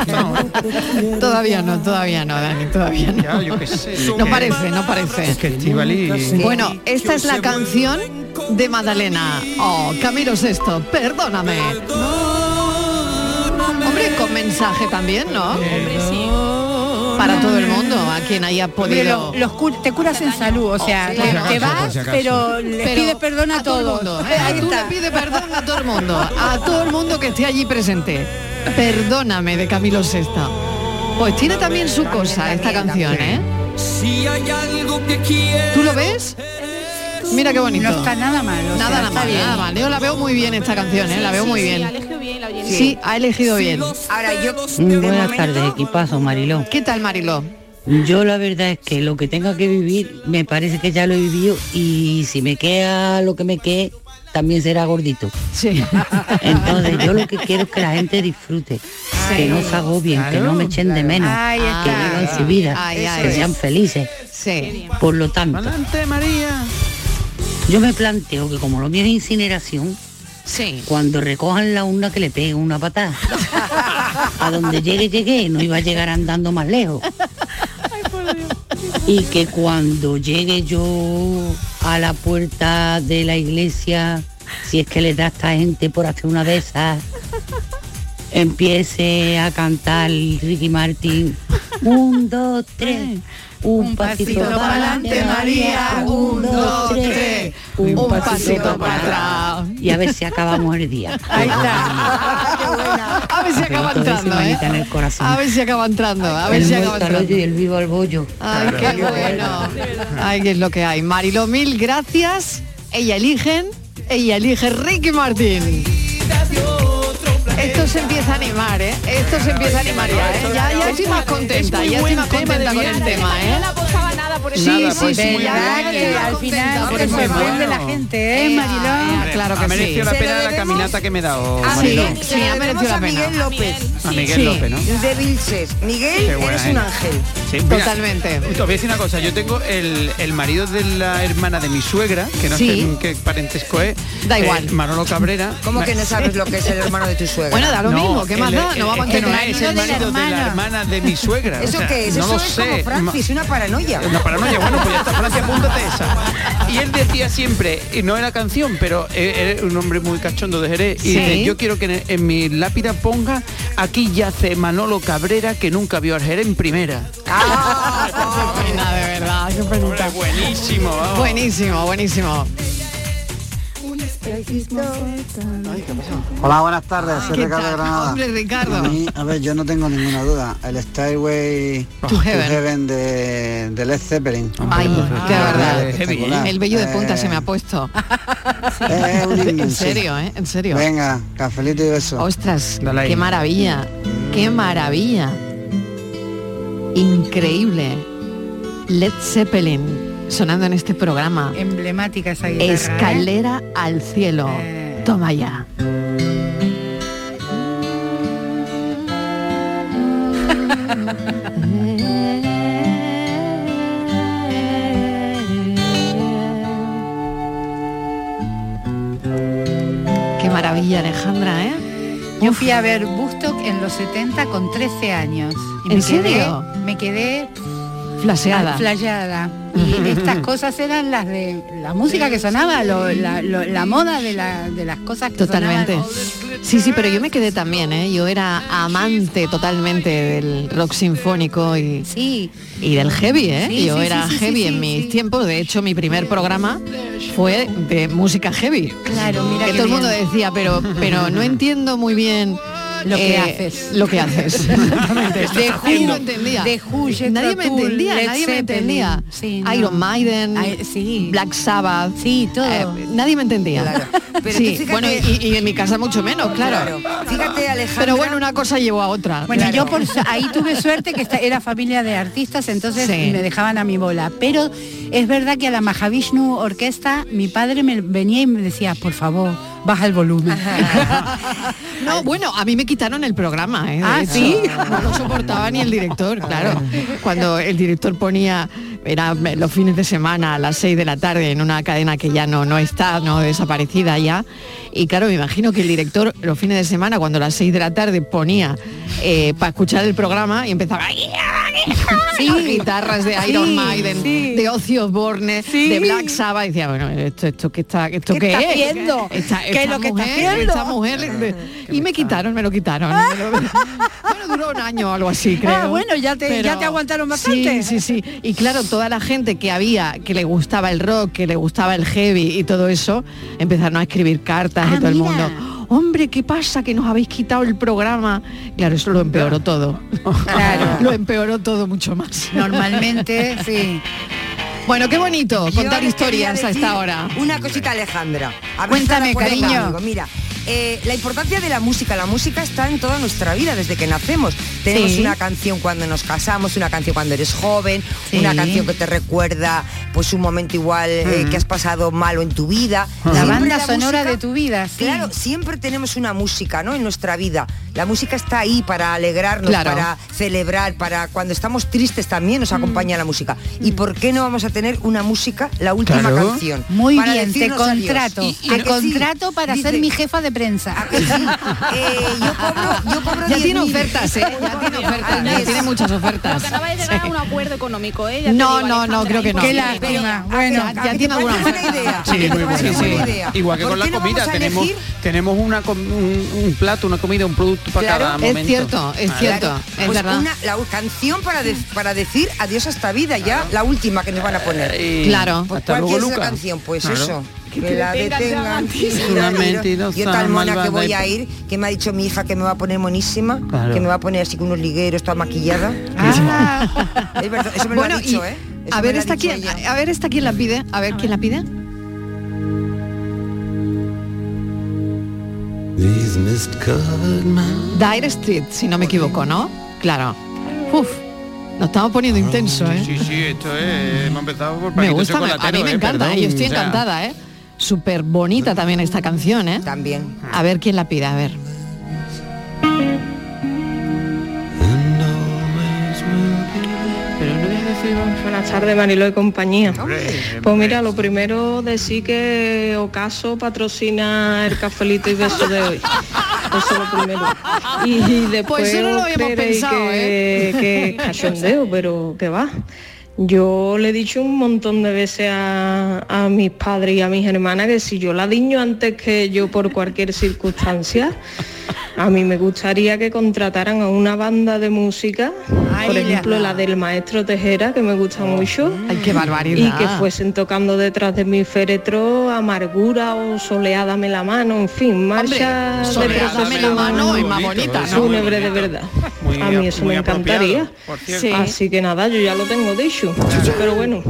Todavía no, todavía no, Dani, todavía no. ya, yo qué [LAUGHS] sé. No parece, no parece. Es que Estivali... Bueno, esta es la canción de Madalena. Oh, Camilo Sexto, perdóname. Hombre, con mensaje también, ¿no? Hombre, sí. Para todo el mundo, a quien haya Pero podido. lo- los cur- te curas en salud, o sea, sí. te, Por si acaso, te por vas, si acaso. pero le Pero pides perdón a, a todo el todos. mundo, ¿eh? Tú le pides perdón a todo el mundo, a todo el mundo que esté allí presente. Perdóname de Camilo Sexto. Pues tiene también su cosa esta canción, ¿eh? Si hay algo que quiero. ¿Tú lo ves? Mira qué bonito. No está nada mal, o sea, Nada, nada está mal, bien. nada mal. Yo la veo muy bien esta canción, ¿eh? la veo muy bien. Sí, ha elegido bien. Ahora yo Mm, Buenas tardes, equipazo, Mariló. ¿Qué tal, Mariló? Yo la verdad es que lo que tenga que vivir, me parece que ya lo he vivido y si me queda lo que me quede, también será gordito. Sí. [LAUGHS] Entonces yo lo que quiero es que la gente disfrute, que no se agobien, que no me echen de menos, Ahí que está. vivan su vida, Ahí, que ahí. sean felices. Sí. Por lo tanto, ¡Adelante, María! yo me planteo que como lo mío es incineración, cuando recojan la urna que le peguen una patada. a donde llegue, llegué, no iba a llegar andando más lejos. Y que cuando llegue yo a la puerta de la iglesia, si es que le da a esta gente por hacer una de esas, empiece a cantar Ricky Martin. Un, dos, tres. Un, pasito, pasito para adelante, María. Un, dos, tres. Un, pasito, para atrás. Y a ver si acabamos el día. A ver si acaba Todo ese entrando, ¿eh? manita en el corazón. A ver si acaba entrando, a ver el si acaba muerto al entrando. hoyo y el vivo al bollo. Ay, qué bueno. Ay, qué es lo que hay. Mariló, mil gracias. Ella eligen, ella elige Ricky Martín. Esto se empieza a animar, ¿eh? Esto se empieza a animar ya, ¿eh? Ya, ya estoy más contenta, ya estoy más contenta con el tema, ¿eh? No la apostaba nada por Sí, eso. sí, sí, ya, que al final se sorprende la gente, ¿eh, Marilón? claro que ha merecido sí. la Se pena lo la debemos caminata que me he dado. a Mariló. Miguel, sí, ha merecido a la pena. Miguel López. A Miguel López, ¿no? De Vilches. Miguel, Qué buena, eres un ¿eh? ángel. Sí, mira, Te voy a decir una cosa, yo tengo el, el marido de la hermana de mi suegra, que no sé Sí. en qué parentesco es. Da eh, igual. Manolo Cabrera. ¿Cómo que no sabes lo que es el hermano de tu suegra? Bueno, da lo mismo, ¿qué más da? No vamos a enterar. Es el marido de la hermana de mi suegra. ¿Eso o sea, qué es? No Eso lo es sé. como Francis, una paranoia. Una paranoia, bueno, pues ya está, Francia, apúntate esa. [LAUGHS] Y él decía siempre, y no era canción, pero eres un hombre muy cachondo de Jerez, y Sí. dice, yo quiero que en, en mi lápida ponga, aquí yace Manolo Cabrera, que nunca vio al Jerez en primera. Nada, de verdad, qué pregunta. Buenísimo, vamos. Buenísimo, buenísimo. Hola, buenas tardes, soy ¿Qué Ricardo tal? de Granada. Hombre, Ricardo. A, mí, a ver, yo no tengo ninguna duda. El Stairway To to Heaven. Heaven de, de Led Zeppelin. Ay, qué verdad. Espectacular. El vello de punta Eh, se me ha puesto. es un himno, [LAUGHS] en sí. serio, ¿eh? En serio. Venga, cafelito y beso. Ostras, Dale ahí. Qué maravilla, qué maravilla. Increíble. Led Zeppelin sonando en este programa. Emblemática esa guitarra. ¿eh? Escalera al cielo. Toma ya. Qué maravilla, Alejandra, ¿eh? Yo fui a ver Bustock en los 70 con 13 años. ¿En me serio? Quedé, me quedé Flaseada. flasheada. Y [LAUGHS] estas cosas eran las de la música que sonaba, lo- la, lo- la moda de, la- de las cosas que Totalmente. sonaban. Sí, sí, pero yo me quedé también, ¿eh? Yo era amante totalmente del rock sinfónico y, y del heavy, ¿eh? Sí, yo sí, era sí, sí, heavy sí, en sí, mis tiempos. De hecho, mi primer programa fue de música heavy. Claro, mira que qué todo el mundo bien. decía, pero, pero [LAUGHS] no entiendo muy bien eh, Lo que haces. Lo [LAUGHS] [LAUGHS] que haces. Exactamente. ¿Qué estás De Who haciendo? no entendía. De Who, Jethro nadie me Tull, entendía, Led nadie me Zeppelin. entendía. Sí, no. Iron Maiden, Black Sabbath, Eh, sí, todo. nadie me entendía. Pero Sí, tú fíjate- bueno, y, y en mi casa mucho menos, claro. Fíjate, Alejandra. Pero bueno, una cosa llevó a otra. Bueno, yo por su- ahí tuve suerte que esta- era familia de artistas, entonces Sí. me dejaban a mi bola. Pero es verdad que a la Mahavishnu Orquesta mi padre me venía y me decía, por favor, baja el volumen. No, bueno, a mí me quitaron el programa, ¿eh? De Ah, hecho, ¿sí? Ah. No lo soportaba ni el director, claro. Cuando el director ponía, era los fines de semana a las 6 de la tarde en una cadena que ya no, no está, no desaparecida ya. Y claro, me imagino que el director los fines de semana, cuando a las 6 de la tarde ponía eh, para escuchar el programa y empezaba... Sí, guitarras de Iron Sí, Maiden, de Ozzy Osbourne, de Black Sabbath. Y decía, bueno, esto, esto que está, esto ¿Qué que está es. haciendo? Esta- ¿Qué esta es lo que está mujer, haciendo? Ah, esta mujer, de- y me quitaron, me lo quitaron. Me [LAUGHS] lo- bueno, duró un año o algo así, creo. Ah, bueno, ya te- ya te aguantaron bastante. Sí, sí, sí. Y claro, toda la gente que había, que le gustaba el rock, que le gustaba el heavy y todo eso, empezaron a escribir cartas Ah, de todo el mundo. Hombre, ¿qué pasa? Que nos habéis quitado el programa. Claro, eso lo empeoró todo. Claro. [LAUGHS] lo empeoró todo mucho más. Normalmente, sí. Bueno, qué bonito Yo contar le historias quería a decir esta hora. Una cosita, Alejandra. A ver Cuéntame, si está de acuerdo cariño. conmigo. Mira, eh, la importancia de la música. La música está en toda nuestra vida desde que nacemos. Tenemos Sí. una canción cuando nos casamos, una canción cuando eres joven, Sí. una canción que te recuerda pues un momento igual eh, Ujú. que has pasado malo en tu vida. La Siempre banda sonora de tu vida, Claro, siempre tenemos una música, ¿no? En nuestra vida. La música está ahí para alegrarnos, Claro. para celebrar, para cuando estamos tristes también Mm. nos acompaña la música. ¿Y por qué no vamos a tener una música, la última Claro. canción? Muy para bien, te decirnos adiós? contrato. ¿Y- y a te que sí? contrato para ser Dice, mi jefa de ah, prensa. pues [LAUGHS] Eh, Eh, yo cobro Ya tiene 10.000. ofertas, ¿eh? Ya tiene ofertas, Al ya mes. tiene muchas ofertas. No vais a llegar a un acuerdo económico, ¿eh? Ya te No, digo, no, no, Alejandra, creo que no. imposible. Bueno, ya, ya tiene alguna Sí, muy buena, muy buena. Igual que ¿Por con la qué no comida, vamos a tenemos, elegir? tenemos una com- un, un plato, una comida, un producto para Claro, cada momento. Vale. Pues una- la u- canción para, de- para decir adiós a esta vida, ya la última que nos van a poner. Claro. Pues, Hasta ¿Cuál luego, es esa Luca. canción? Pues Claro. eso. Que Que, te la detengan, detengan. te detengan. Una mentirosa, Yo tal mona que malvada voy y- a ir, que me ha dicho mi hija que me va a poner monísima, Claro. Ah, que me va a poner así con unos ligueros, toda maquillada. Es verdad, eso me lo Bueno, ha dicho, y- ¿eh? Eso A me ver, lo ha esta dicho quién, ella. a ver, esta quién la pide, a ver quién la pide. These mist covered mountains. Dire Street, si no me equivoco, ¿no? Claro. Uf, nos estamos poniendo intenso, ¿eh? Ah, Sí, sí, esto es. Hemos empezado por Me Paquito gusta, me- a Chocolatero, mí me eh, encanta, perdón, ¿eh? yo estoy o sea, encantada, ¿eh? Súper bonita también esta canción, ¿eh? También. A ver quién la pide, a ver. Pero no voy a decir vamos, buenas tardes, Mariló y compañía. Pues mira, lo primero decir que Ocaso patrocina el cafelito y beso de hoy. Eso es lo primero. Y después Pues eso no lo habíamos os creeréis pensado, que, ¿eh? que cachondeo, pero que va. Yo le he dicho un montón de veces a, a mis padres y a mis hermanas que si yo la diño antes que yo por cualquier circunstancia, a mí me gustaría que contrataran a una banda de música, por ejemplo la del maestro Tejera, que me gusta mucho. ¡Ay, qué barbaridad! Y que fuesen tocando detrás de mi féretro Amargura o Soleádame la mano, en fin, marcha Soleá, dame la mano, es más bonita, ¿no? fúnebre de verdad. a mí eso me encantaría. cierto. Así que nada, yo ya lo tengo dicho. Pero bueno,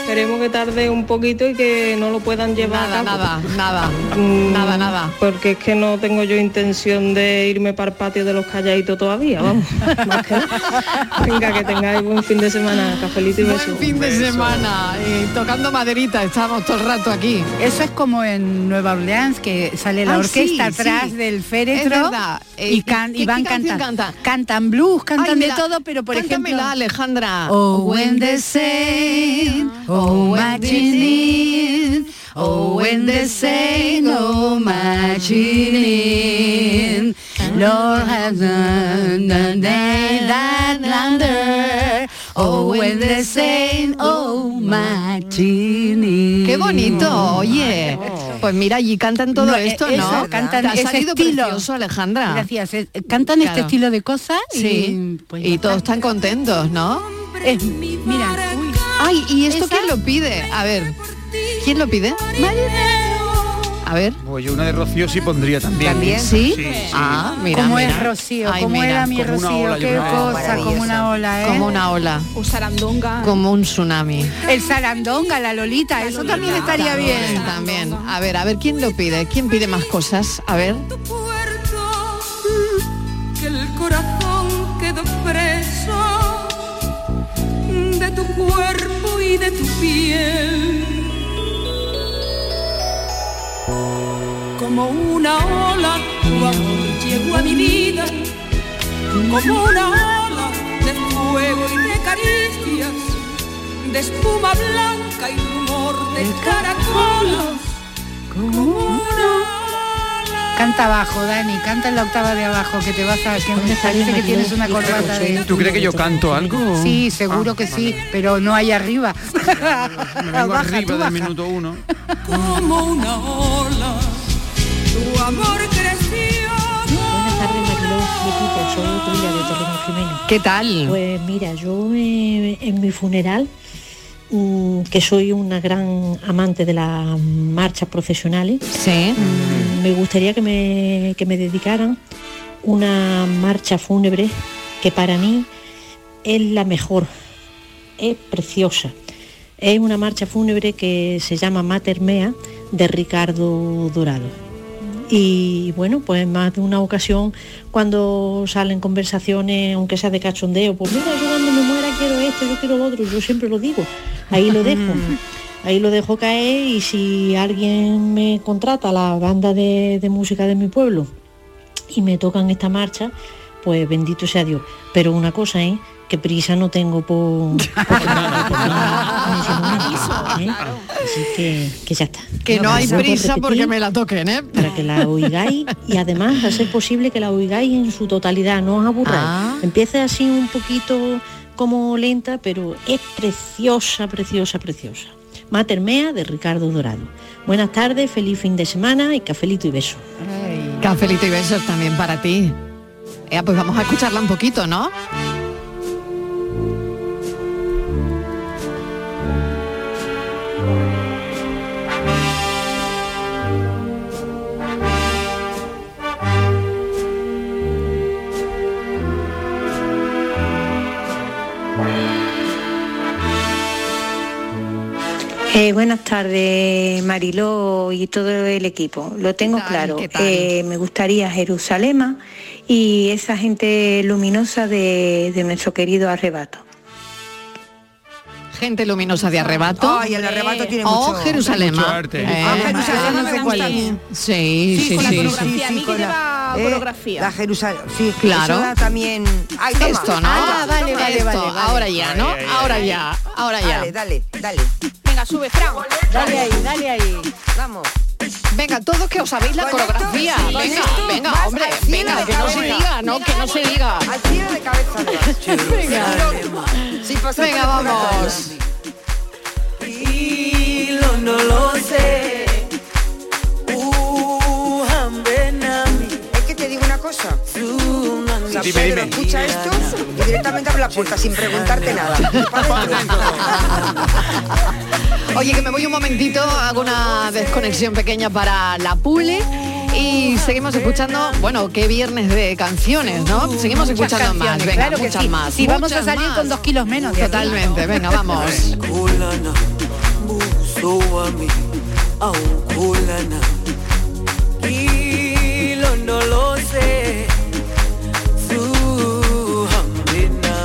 esperemos que tarde un poquito y que no lo puedan llevar a cabo. Nada, nada, Mm, nada, nada. Porque es que no tengo yo intención de irme para el patio de los calladitos [LAUGHS] todavía, vamos. Más que nada. Venga, que tengáis buen fin de semana, cafelito y besos. Buen fin de semana, eh, tocando maderita, estamos todo el rato aquí. Eso es como en Nueva Orleans que sale la Ah, orquesta sí, atrás sí. del Es féretro verdad. Eh, y, can- ¿qué- y van qué canción cantando. canta? Cantan blues, cantan Ay, de mira, todo, pero por ejemplo. cántamela, Alejandra. Oh, when they say, oh, my Jeanine, oh, when they say, no, my Jeanine, Lord has done the day that lander, oh, when they say, oh, my Jeanine. Qué bonito, oye. Pues mira, allí cantan todo No, eh, esto, eso, ¿no? cantan Te ha ese salido estilo. precioso, Alejandra. Gracias. eh, Cantan este Claro. estilo de cosas y, pues Sí. y todos están contentos, ¿no? Es- Eh, mira, uy, Ay, ¿y esto quién lo pide? A ver. ¿Quién lo pide? A ver. Oye, Pues una de Rocío sí pondría también. ¿También? ¿Sí? Ah, mira, cómo mira. es Rocío, Ay, cómo mira. era mi Como una Rocío, ola, yo qué creo que es cosa, como una ola, ¿eh? Como una ola. Un sarandonga. Como un tsunami. El sarandonga, la lolita, eso también estaría bien. También. A ver, a ver quién lo pide. ¿Quién pide más cosas? A ver. que el corazón quedó preso de tu cuerpo y de tu piel. Como una ola, tu amor llegó a mi vida, como una ola de fuego y de caricias, de espuma blanca y rumor de caracolas, como una Canta abajo, Dani, canta en la octava de abajo, que te vas a... que me parece que tienes una corbata de... ¿Tú crees que yo canto algo? Sí, seguro que sí, pero no hay arriba. Ah, Vengo Baja, tú arriba del baja. minuto uno. como una ola. Tu amor creció. Buenas tardes, Mariló y equipo. Soy Tulia de Torrejón Jimeno. ¿Qué tal? Pues mira, yo eh, en mi funeral, mm, que soy una gran amante de las marchas profesionales, mm, me gustaría que me, que me dedicaran una marcha fúnebre que para mí es la mejor, es preciosa. Es una marcha fúnebre que se llama Mater Mea de Ricardo Dorado. Y bueno, pues en más de una ocasión cuando salen conversaciones, aunque sea de cachondeo, pues mira, yo cuando me muera quiero esto, yo quiero lo otro, yo siempre lo digo, ahí lo dejo. Ahí lo dejo caer y si alguien me contrata la banda de, de música de mi pueblo y me tocan esta marcha, pues bendito sea Dios. Pero una cosa, ¿eh? Que prisa no tengo por... por- ¿eh? Así que, que ya está. Que no hay Gracias por prisa porque repetir me la toquen, ¿eh? para que la oigáis y además hacer posible que la oigáis en su totalidad, no os aburráis. Ah. Empieza así un poquito como lenta, pero es preciosa, preciosa, preciosa. Mater Mea de Ricardo Dorado. Buenas tardes, feliz fin de semana y cafelito y beso. Cafelito y besos también para ti. Eh, pues vamos a escucharla un poquito, ¿no? He Eh, buenas tardes, Mariló y todo el equipo. Lo tengo claro. ¿Qué tal? Eh, me gustaría Jerusalema y esa gente luminosa de, de nuestro querido arrebato. Gente luminosa de arrebato. Ay, el arrebato tiene o mucho- Jerusalén. mucho arte. Eh, Ah, Jerusalén me gusta bien. Sí, sí, sí, sí. con la- eh, La Jerusalén, sí, Claro. eso da también. Ay, toma. Esto, ¿no? Ah, vale, Esto, vale, vale, vale. Ahora ya, ¿no? Ay, ay, ay. ahora ya, ahora ya. Dale, dale, dale. Venga, sube, Fran. Dale ahí, dale ahí. Vamos. Venga, todos que os sabéis la Con esto, coreografía. sí, con venga, esto venga, vas hombre, al cielo venga, de que no se cabeza. diga, no, que no se diga. Al tiro [LAUGHS] de cabeza. Venga. pues, Venga, vamos. Tranquilo, no lo sé. Es que te digo una cosa. La Dime, Pedro dime. escucha esto y directamente abre la puerta sin preguntarte nada. Oye, que me voy un momentito, hago una desconexión pequeña para la Pule y seguimos escuchando, bueno, qué viernes de canciones, ¿no? Seguimos Muchas escuchando más, canciones, venga, claro que muchas sí. más. Sí, vamos a muchas salir más. con dos kilos menos. de aquí. Totalmente, venga, vamos. Culana, buzo a mí, a un culana. Kilo no lo sé, su hambrina,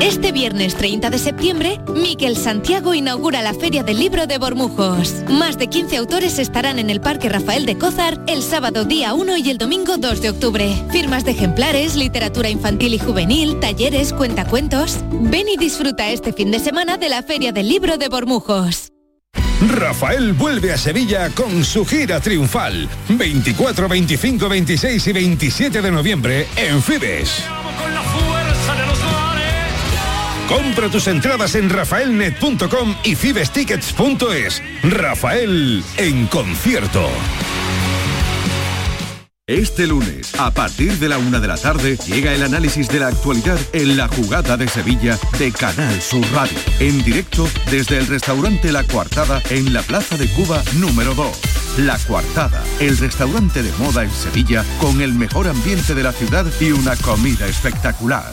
Este viernes 30 de septiembre, Miquel Santiago inaugura la Feria del Libro de Bormujos. Más de 15 autores estarán en el Parque Rafael de Cózar el sábado día 1 y el domingo 2 de octubre. Firmas de ejemplares, literatura infantil y juvenil, talleres, cuentacuentos. Ven y disfruta este fin de semana de la Feria del Libro de Bormujos. Rafael vuelve a Sevilla con su gira triunfal. 24, 25, 26 y 27 de noviembre en Fides. Compra tus entradas en rafaelnet.com y fibestickets.es. Rafael en concierto. Este lunes, a partir de la una de la tarde, llega el análisis de la actualidad en la jugada de Sevilla de Canal Sur Radio. En directo desde el restaurante La Coartada en la Plaza de Cuba número 2. La Coartada, el restaurante de moda en Sevilla con el mejor ambiente de la ciudad y una comida espectacular.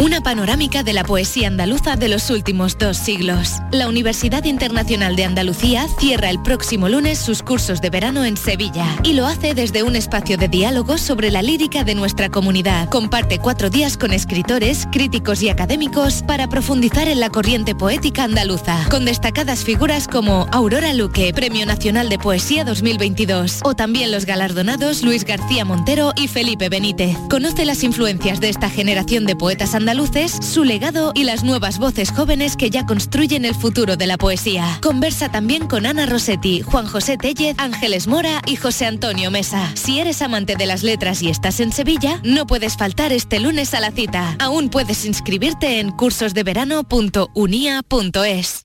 Una panorámica de la poesía andaluza de los últimos dos siglos. La Universidad Internacional de Andalucía cierra el próximo lunes sus cursos de verano en Sevilla y lo hace desde un espacio de diálogo sobre la lírica de nuestra comunidad. Comparte cuatro días con escritores, críticos y académicos para profundizar en la corriente poética andaluza, con destacadas figuras como Aurora Luque, Premio Nacional de Poesía 2022, o también los galardonados Luis García Montero y Felipe Benítez. Conoce las influencias de esta generación de poetas andaluces, su legado y las nuevas voces jóvenes que ya construyen el futuro de la poesía. Conversa también con Ana Rossetti, Juan José Tellez, Ángeles Mora y José Antonio Mesa. Si eres amante de las letras y estás en Sevilla, no puedes faltar este lunes a la cita. Aún puedes inscribirte en cursosdeverano.unia.es.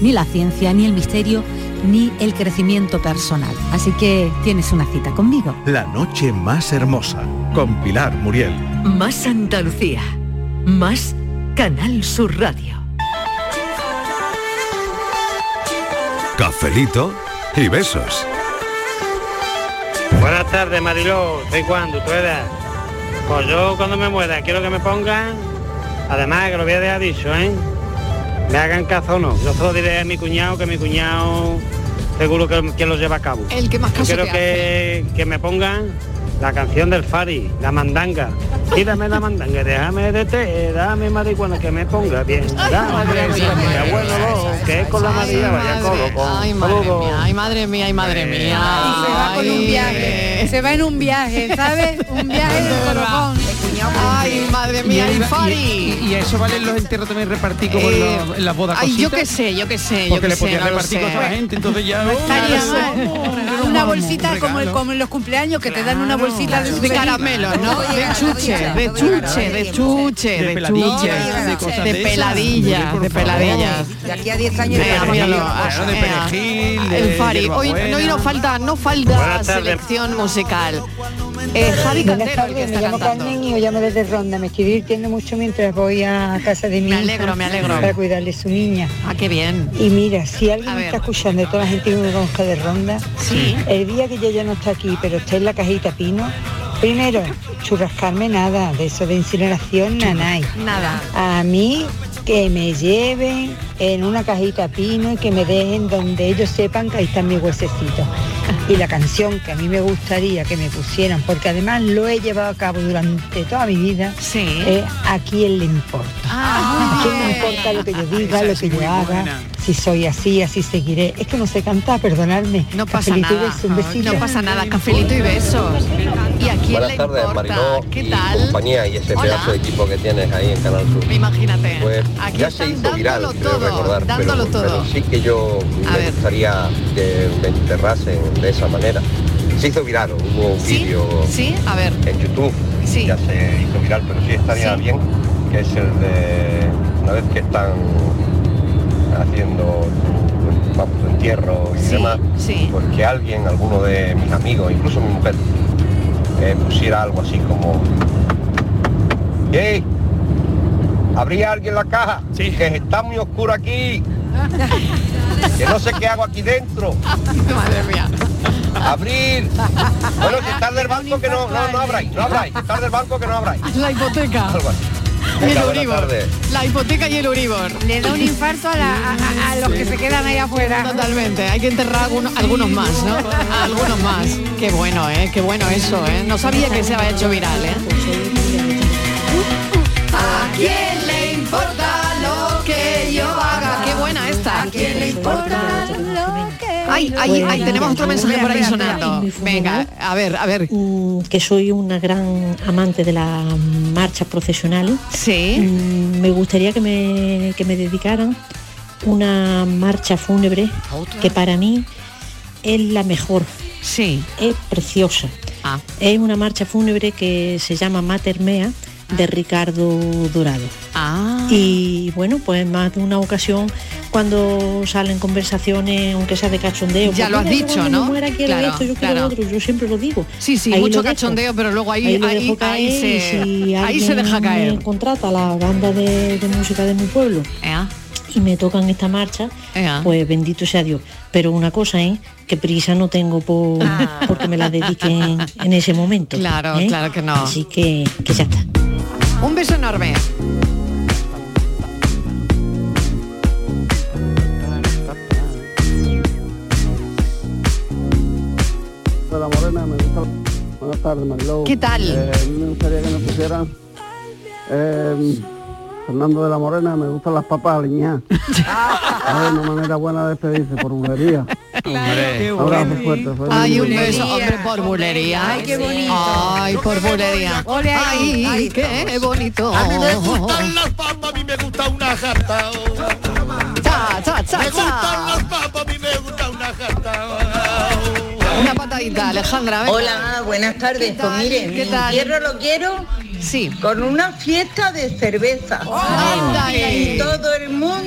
ni la ciencia, ni el misterio, ni el crecimiento personal. Así que tienes una cita conmigo. La noche más hermosa con Pilar Muriel. Más Andalucía. Más Canal Sur Radio. Cafelito y besos. Buenas tardes, Mariló. ¿De cuándo? ¿Tú edad? Pues yo cuando me muera quiero que me pongan, además que lo voy a dejar dicho, ¿eh? Me hagan caso o no. Yo solo diré a mi cuñado que mi cuñado seguro que, que lo lleva a cabo. El que más Yo caso quiero te que, que me pongan la canción del Fari, la mandanga. Y dame la mandanga, déjame de té, dame marihuana que me ponga bien. Dame de té, bueno, lo que es con la María, vaya colo, con Ay, madre mía, ay, madre mía, ay, madre mía. Y se va con un Ay. viaje. Se va en un viaje, ¿sabes? Un viaje de colocón. Ay, madre Y, mía, ahí el va- Fari. y- y- y a eso valen los enterros también repartir como en Eh, los- en las bodas Ay, yo cositas. qué sé, yo qué sé, yo Porque qué le sé, podías no lo repartir sé. cosas a la gente, entonces ya... ¡oh! Estaría Claro. mal. Una bolsita como, el, como en los cumpleaños que te dan una bolsita de, De caramelos, ¿no? De chuche, de chuche, Eh, de chuche, de peladillas, de chuche, cosas de ¿eh? de esas. peladillas, de peladillas. De aquí a 10 años Venga, llegaremos míralo, a ah, cosas. de perejil, de El Fari. Hoy, hierbabuena. hoy no falta, no falta Buenas tardes. selección musical. Eh, Javi Buenas Cantero, el que tardes, está me llamo cantando. Carmen y os llamo desde Ronda. Me estoy divirtiendo mucho mientras voy a casa de mi Me hija alegro, me alegro. Para cuidarle a su niña. Ah, qué bien. Y mira, si alguien A me ver. está escuchando, de toda la gente que me conozca de Ronda, Sí. el día que ella ya no está aquí, pero está en la cajita Pino, primero, churrascarme nada, de eso de incineración, nanay. Nada. A mí que me lleven en una cajita pino y que me dejen donde ellos sepan que ahí están mis huesecitos. Y la canción que a mí me gustaría que me pusieran, porque además lo he llevado a cabo durante toda mi vida, es a quién le importa. Ah. ¿A quién le importa lo que yo diga, lo que yo haga? Si soy así, así seguiré. Es que no sé cantar, perdonadme. No pasa Cafelito y nada. beso, un besito. No pasa nada, cafelito y besos. ¿Y a quién Buenas le tardes, importa? Mariló ¿Qué y tal? compañía y ese Hola. pedazo de equipo que tienes ahí en Canal Sur. Imagínate. Pues Aquí ya se están hizo dándolo viral, creo todo, recordar, pero- dándolo pero, todo. sí que yo A me ver. gustaría que me enterrasen de esa manera. Se hizo viral, hubo un vídeo Sí, a ver. en YouTube, ya se hizo viral, pero sí estaría bien, que es el de una vez que están haciendo tu, vamos, tu entierro y demás, pues que alguien, alguno de mis amigos, incluso mi mujer, eh, pusiera algo así como ¡Ey! ¿Habría alguien la caja? Que está muy oscuro aquí. Que no sé qué hago aquí dentro. [LAUGHS] Madre mía. Abrir. Bueno, que está del banco que no, no, no abráis, no abráis. Está del banco que no abráis. La hipoteca. Algo así. Y el Venga, buenas Uribor. tardes. La hipoteca y el Uribor. Le da un infarto a, la- a- a- a los que se quedan ahí afuera. Totalmente, hay que enterrar algunos, algunos más, ¿no? A Algunos más. Qué bueno, ¿eh? Qué bueno eso, ¿eh? No sabía que se había hecho viral, ¿eh? ¿A quién le importa lo que yo haga? Qué buena esta. ¿A quién le importa lo que Ay, ay, ay, tenemos otro mensaje por ahí sonando. Venga, a ver, a ver. Mm, Que soy una gran amante de las marchas profesionales. Sí. Mm, Me gustaría que me, que me dedicaran una marcha fúnebre que para mí es la mejor. Sí. Es preciosa. Ah. Es una marcha fúnebre que se llama Mater Mea de Ricardo Dorado. Ah. Y bueno, pues más de una ocasión cuando salen conversaciones, aunque sea de cachondeo. Ya pues, lo has mira, yo dicho, cuando ¿no? me muera quiero Claro, esto, yo quiero claro. otro, yo siempre lo digo. Sí, sí, Ahí mucho lo dejo. cachondeo, pero luego ahí, lo ahí, dejo ahí caer y si se, ahí se alguien deja caer. me contrata la banda de, de música de mi pueblo y me tocan esta marcha, Ea. pues bendito sea Dios. Pero una cosa, ¿eh? Que prisa no tengo por, porque me la dediquen en ese momento. Ah. Claro, ¿eh? claro que no. Así que, que ya está. Un beso enorme. de la Morena, me gusta. Buenas tardes, Mariló. ¿Qué tal? Eh, a mí me gustaría que me pusieran eh, Fernando de la Morena, me gustan las papas aliñadas. [LAUGHS] Ah, Es una manera buena de despedirse por bulería. Abrazo fuerte. feliz Ay, un día. beso, hombre, por bulería. Ay, qué bonito. Ay, por bulería. Ay, qué bonito. A mí me gustan las papas, a mí me gusta una jarta. Cha, cha, cha, Me gustan cha. las papas, a mí me gusta una jarta. Una patadita, Alejandra. venga. Hola, buenas tardes. Pues mire, mi entierro lo quiero con una fiesta de cerveza. ¡Ándale! Y todo el mundo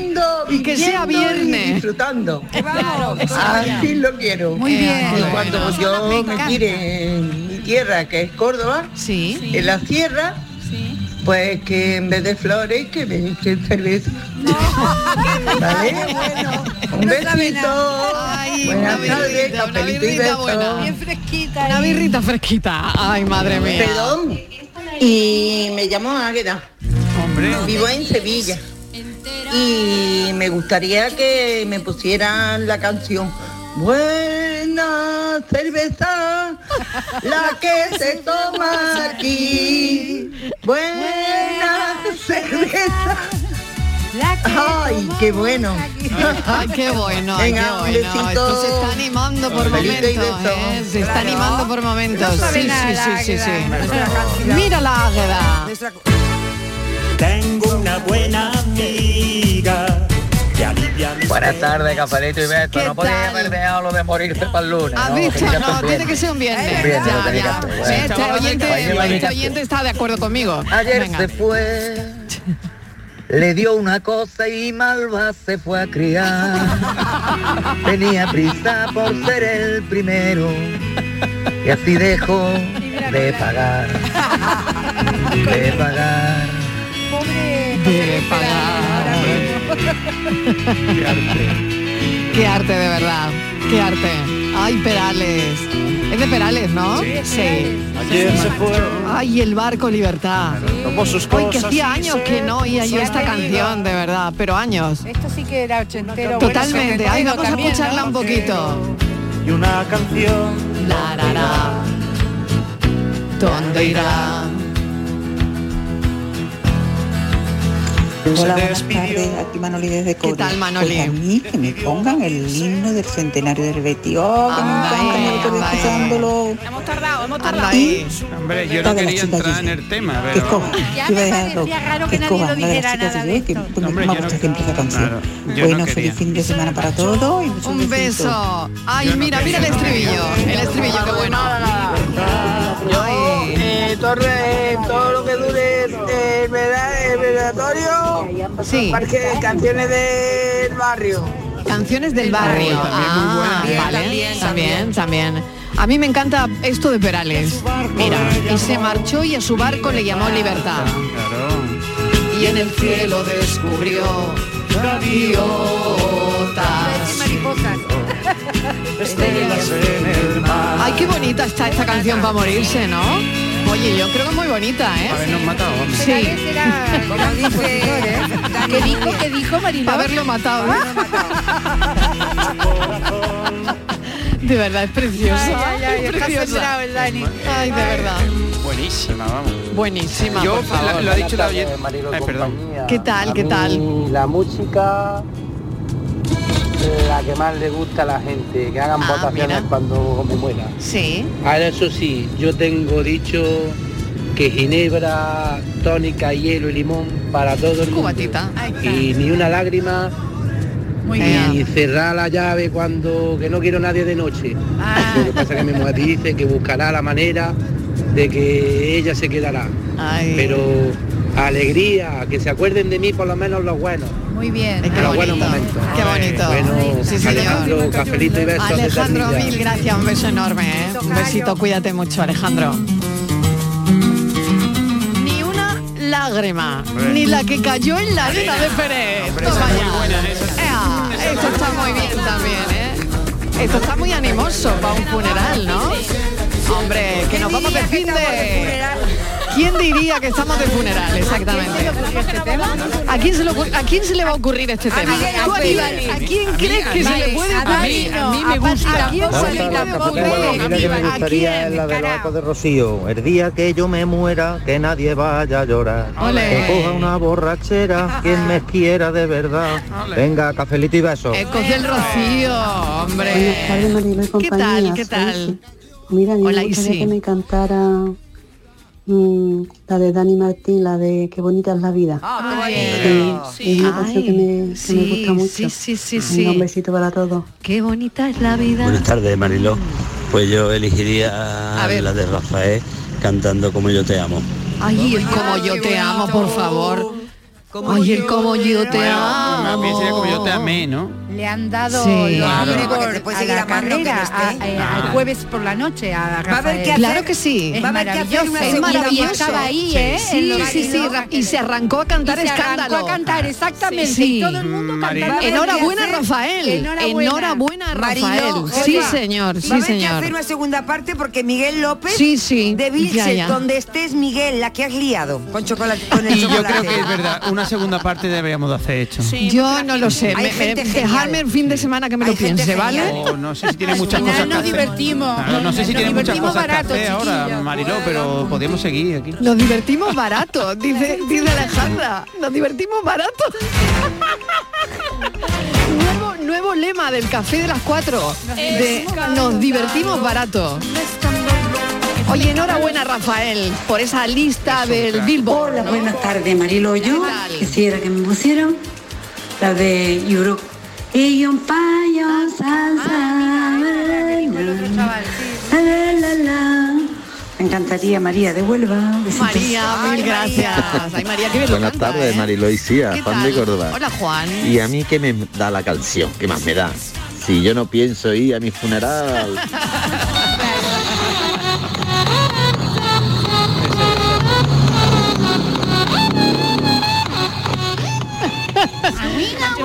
Oh, Y que sea viviendo y viernes. disfrutando. Claro, que sea Así viernes. lo quiero. Muy bien. Y Bueno, cuando eso yo me me encanta. tire en mi tierra, que es Córdoba, en la sierra, pues que en vez de flores, que me echen cerveza. [LAUGHS] ¿Vale? Un besito. Buenas tardes, cafelito y besos. Una birrita fresquita. Ay, madre mía. Perdón. y me llamo Águeda. Vivo en Sevilla. Y me gustaría que me pusieran la canción Buena cerveza, la que se toma aquí. Buena cerveza. Ay, qué bueno. [LAUGHS] Ay, qué bueno, ay, Venga, qué un bueno. besito. Esto se está animando por Cafelito momentos, y beso. ¿eh? Se está Claro. animando por momentos. No sabe sí, nada sí, la sí, sí, Águeda, sí. ¿eh? Mira la águeda. Tengo una buena amiga que alivia mis Buenas tardes, Cafelito y Beto. No podía haber dejado lo de morirse para el lunes. Has ¿no? visto, Tenía que no, hacer tiene bien. que ser un viernes. Un viernes lo ya, tenía que ya. hacer, Eh, bueno. Este Ahí lleva oyente, mi este café. oyente está de acuerdo conmigo. Ayer Venga. se fue, le dio una cosa y Malva se fue a criar. Tenía prisa por ser el primero y así dejó de pagar, de pagar. De pagar. Qué arte de verdad, qué arte. Ay, Perales. Es de Perales, ¿no? Sí. Ayer se fue. Ay, el barco Libertad. Tomó sus Hoy que cosas hacía y años se que no oía yo fue. esta Se ha canción, de verdad, pero años. Esto sí que era ochentero. bueno, Totalmente. Ay, setentero vamos a también, escucharla ¿no? un poquito. Y una canción. La, la, la. ¿Dónde irá? Hola, buenas despidió. tardes, aquí Manoli desde Coria. tal, Manoli? Pues a mí que me pongan el himno del centenario del Betis. Oh, que me encanta, me lo estoy escuchándolo. Hemos tardado, hemos Anda tardado. ahí. Hombre, yo no de la quería chica entrar en el tema, Que pero... escoba. Yo Ya iba a me dejar parecía rock. raro que Que nadie escoba, lo una de las dijera chicas nada de de hoy, que pues, me Hombre, yo no- gusta siempre esa canción. yo no Bueno, quería. feliz fin de semana para todos y muchos Un besitos. beso. Ay, mira, mira el estribillo. El estribillo, qué bueno. Eh, Torre, todo lo que dure eh, el, vela- el velatorio, parque, canciones del barrio. Canciones del barrio. Ah, ¿eh? También, vale, también, también, también. A mí me encanta esto de Perales. Mira, y se marchó y a su barco le llamó Libertad. Y en el cielo descubrió gaviotas. [LAUGHS] Estrellas en el mar. Ay, qué bonita está esta canción para morirse, ¿no? Oye, yo creo que es muy bonita, ¿eh? Habernos matado, vamos. Sí. [LAUGHS] Como dice, ¿qué dijo, qué dijo Mariló? Para haberlo matado. [LAUGHS] De verdad, es preciosa. Ay, ay, [LAUGHS] ay, es está preciosa. soñado el Dani. Ay, de verdad. Buenísima, vamos. Buenísima. Yo, por favor. la- lo ha dicho la oyente. Ay, perdón. ¿Qué tal? ¿Qué tal? La música, la que más le gusta a la gente, que hagan votaciones cuando me muera. Ah, Sí. Ahora eso sí, yo tengo dicho que ginebra, tónica, hielo y limón para todo el mundo. Y ni una lágrima. y cerrar la llave cuando que no quiero nadie de noche. Ah. Lo que pasa es que mi mujer dice que buscará la manera de que ella se quedará. Pero alegría, que se acuerden de mí por lo menos los buenos. Muy bien. los buenos momentos. Qué Eh, bonito. Bueno, Alejandro, cafelito y besos. desde Alejandro, Sevilla. mil gracias, un beso enorme, ¿eh? un besito, cuídate mucho, Alejandro. Ni una lágrima, Hombre. ni la que cayó en la arena de Pérez. Toma ya. Ea, esto está muy bien también, ¿eh? Esto está muy animoso para un funeral, ¿no? Hombre, que nos vamos de fin de. ¿Quién diría que estamos de funeral, exactamente? ¿A quién se, le ocurre- a quién se le va este a ocurrir este tema? Miguel ¿Tú, Ángel. Aníbal, ¿A quién A mí, crees a que se Miguel, le puede a ocurrir? mí, a mí me gusta. ¿A quién se le puede ocurrir? Mira que me gustaría es la del barco de Rocío. El día que yo me muera, que nadie vaya a llorar. Ole. Que coja una [LAUGHS] borrachera, quien me quiera de verdad. Venga, cafelito y beso. Ecos del Rocío, Buenas hombre. tardes, Marilo y ¿Qué compañía, tal? ¿Qué soy tal? Isi. Mira, a mí Hola, me gustaría Isi. que me cantara mm, la de Dani Martín, la de Qué bonita es la vida. Ah, Que Es una canción que, me, que me gusta mucho. Sí, sí, sí, Venga, Un sí. besito para todos. Qué bonita es la vida. Buenas tardes, Mariló. Pues yo elegiría A ver. la de Rafael cantando como yo te amo. Ay, el como yo te amo, por favor. Ay, el como yo te Más bien sería como yo te amo. amé, ¿no? Le han dado Sí. los Claro. Igor Porque te a seguir la amando, carrera, que no a- esté. eh, Claro. al jueves por la noche a Va a haber que hacer- Claro que sí. Es Va a haber que hacer maravilloso. una segunda maravilloso. parte. Estaba ahí, Sí. ¿eh? Sí, En los sí, sí, bailes. y se arrancó a cantar Y se arrancó Escándalo. a cantar, exactamente. Sí. Y todo el mundo Mari- cantando. Enhorabuena, Hacer- Rafael. Enhorabuena, Rafael. Sí, señor, sí, Vamos a señor. hacer una segunda parte porque Miguel López de ya, Vilches, ya. donde estés Miguel, la que has liado con chocolate con el Y yo chocolate. creo que es verdad, una segunda parte deberíamos de hacer hecho. Yo no lo sé. Hay Me- me- gente genial. dejadme el fin de semana que me lo piense, ¿vale? O Oh, no sé si tiene Al muchas final cosas que nos hacer. divertimos. Claro, no sé si Nos tiene muchas divertimos cosas barato, que hacer ahora, chiquillo. Mariló, pero podemos seguir aquí. Nos divertimos barato, dice, dice Alejandra. Nos divertimos barato. nuevo, nuevo lema del café de las cuatro. de Eh, nos divertimos barato. Oye, enhorabuena Rafael por esa lista del Billboard. Hola, buenas tardes, Marilo. Yo quisiera que me pusieran la de Europe. Y un payo Ah, salsa. La, la, la. Me encantaría, María, de Huelva. Besitos. María, mil gracias. Ay, María, qué bien lo Buenas canta, tardes, ¿eh? Mariló y Sia, ¿Qué Juan de tal? Córdoba. Hola, Juan. Y a mí que me da la canción, ¿qué más me da? Si yo no pienso ir a mi funeral.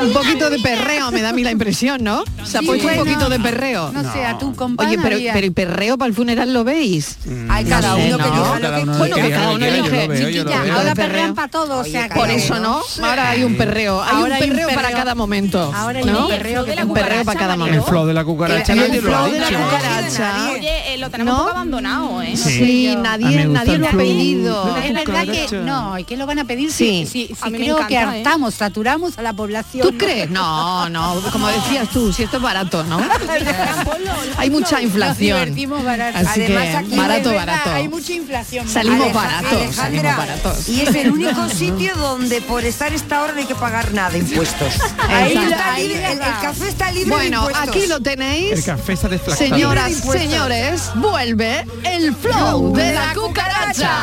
Un poquito de perreo me da a mí la impresión, ¿no? Se ha Sí, puesto bueno, un poquito de perreo. No, sé, a tu compañero. Oye, pero, pero el perreo para el funeral lo veis. Ay, Mm, cada uno que elija lo que Bueno, que cada uno elige. Chiquilla, ahora el perreo. perrean para todos. o sea, que- Por eso no, ahora hay un perreo, hay Ahora un perreo para cada momento. Ahora hay ¿no? un perreo que te un perreo para cada El momento. flow de la cucaracha El- el nadie lo ha flow de la dicho. cucaracha. Oye, eh, lo tenemos un poco abandonado, ¿eh? Sí, nadie, nadie lo ha pedido. Es verdad que no, y que lo van a pedir Sí. sí. si, si- A si mí me creo que encanta, ¿eh? hartamos, saturamos a la población. ¿Tú crees? No, no, como decías tú, si esto es barato, [LAUGHS] ¿no? Hay mucha Nos inflación. divertimos barato. Así que, Además, aquí barato, es verdad, barato. Hay mucha inflación. Salimos Aleja- baratos, salimos Alejandra, baratos. y [LAUGHS] es el único sitio donde por estar esta hora no hay que pagar nada de impuestos. Ahí Está la- ahí libre, la- el, el café está libre Bueno, de impuestos. aquí lo El tenéis. café está desflactado. Señoras, señores, vuelve el flow de la cucaracha.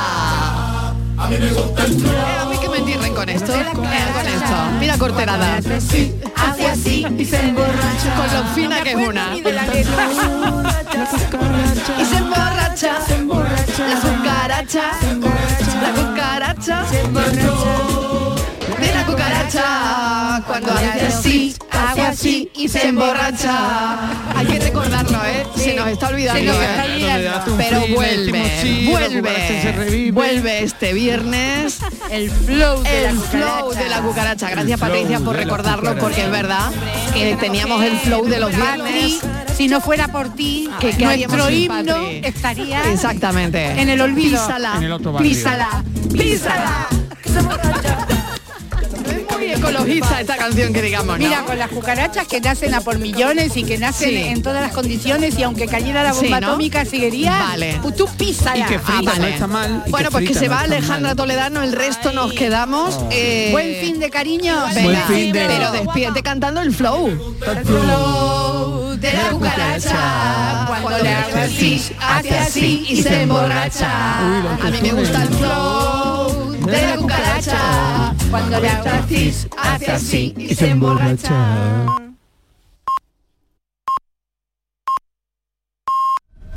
Eh, a mí que me entierren con esto. eh, con esto. Mira corterada. Hace así y se emborracha. Con lo fina que es una. [LAUGHS] Y se emborracha. La cucaracha. La cucaracha. De la cucaracha. Cuando hace así, hace así y se emborracha. Hay que recordarlo, ¿eh? Se nos está olvidando. Se nos ¿eh? está olvidando. Pero Donde hace un vuelve, frío, decimos, sí, la cucaracha se vuelve, revive. vuelve este viernes el flow de la el cucaracha. flow de la cucaracha. El Gracias flow Patricia por de la recordarlo cucaracha. porque es verdad que teníamos el flow de los viernes. Si no fuera por ti, Que- que nuestro haríamos sin himno Patri. estaría Exactamente. en el olvido. Písala. Písala. Písala. Es muy ecologista esta canción que digamos, ¿no? Mira, con las cucarachas que nacen a por millones y que nacen Sí. en todas las condiciones y aunque cayera la Sí, bomba ¿no? atómica seguiría, Vale. pues tú písala. Ah, vale. bueno, pues que se va Alejandra Toledano, el resto nos quedamos. Oh. eh, Buen fin de cariño. Venga, Buen fin de- Pero despídete cantando el flow. de la cucaracha. Cuando le hago así, hace así y se emborracha. A mí me gusta el flow de la cucaracha. Cuando le hago así, hace así y se emborracha.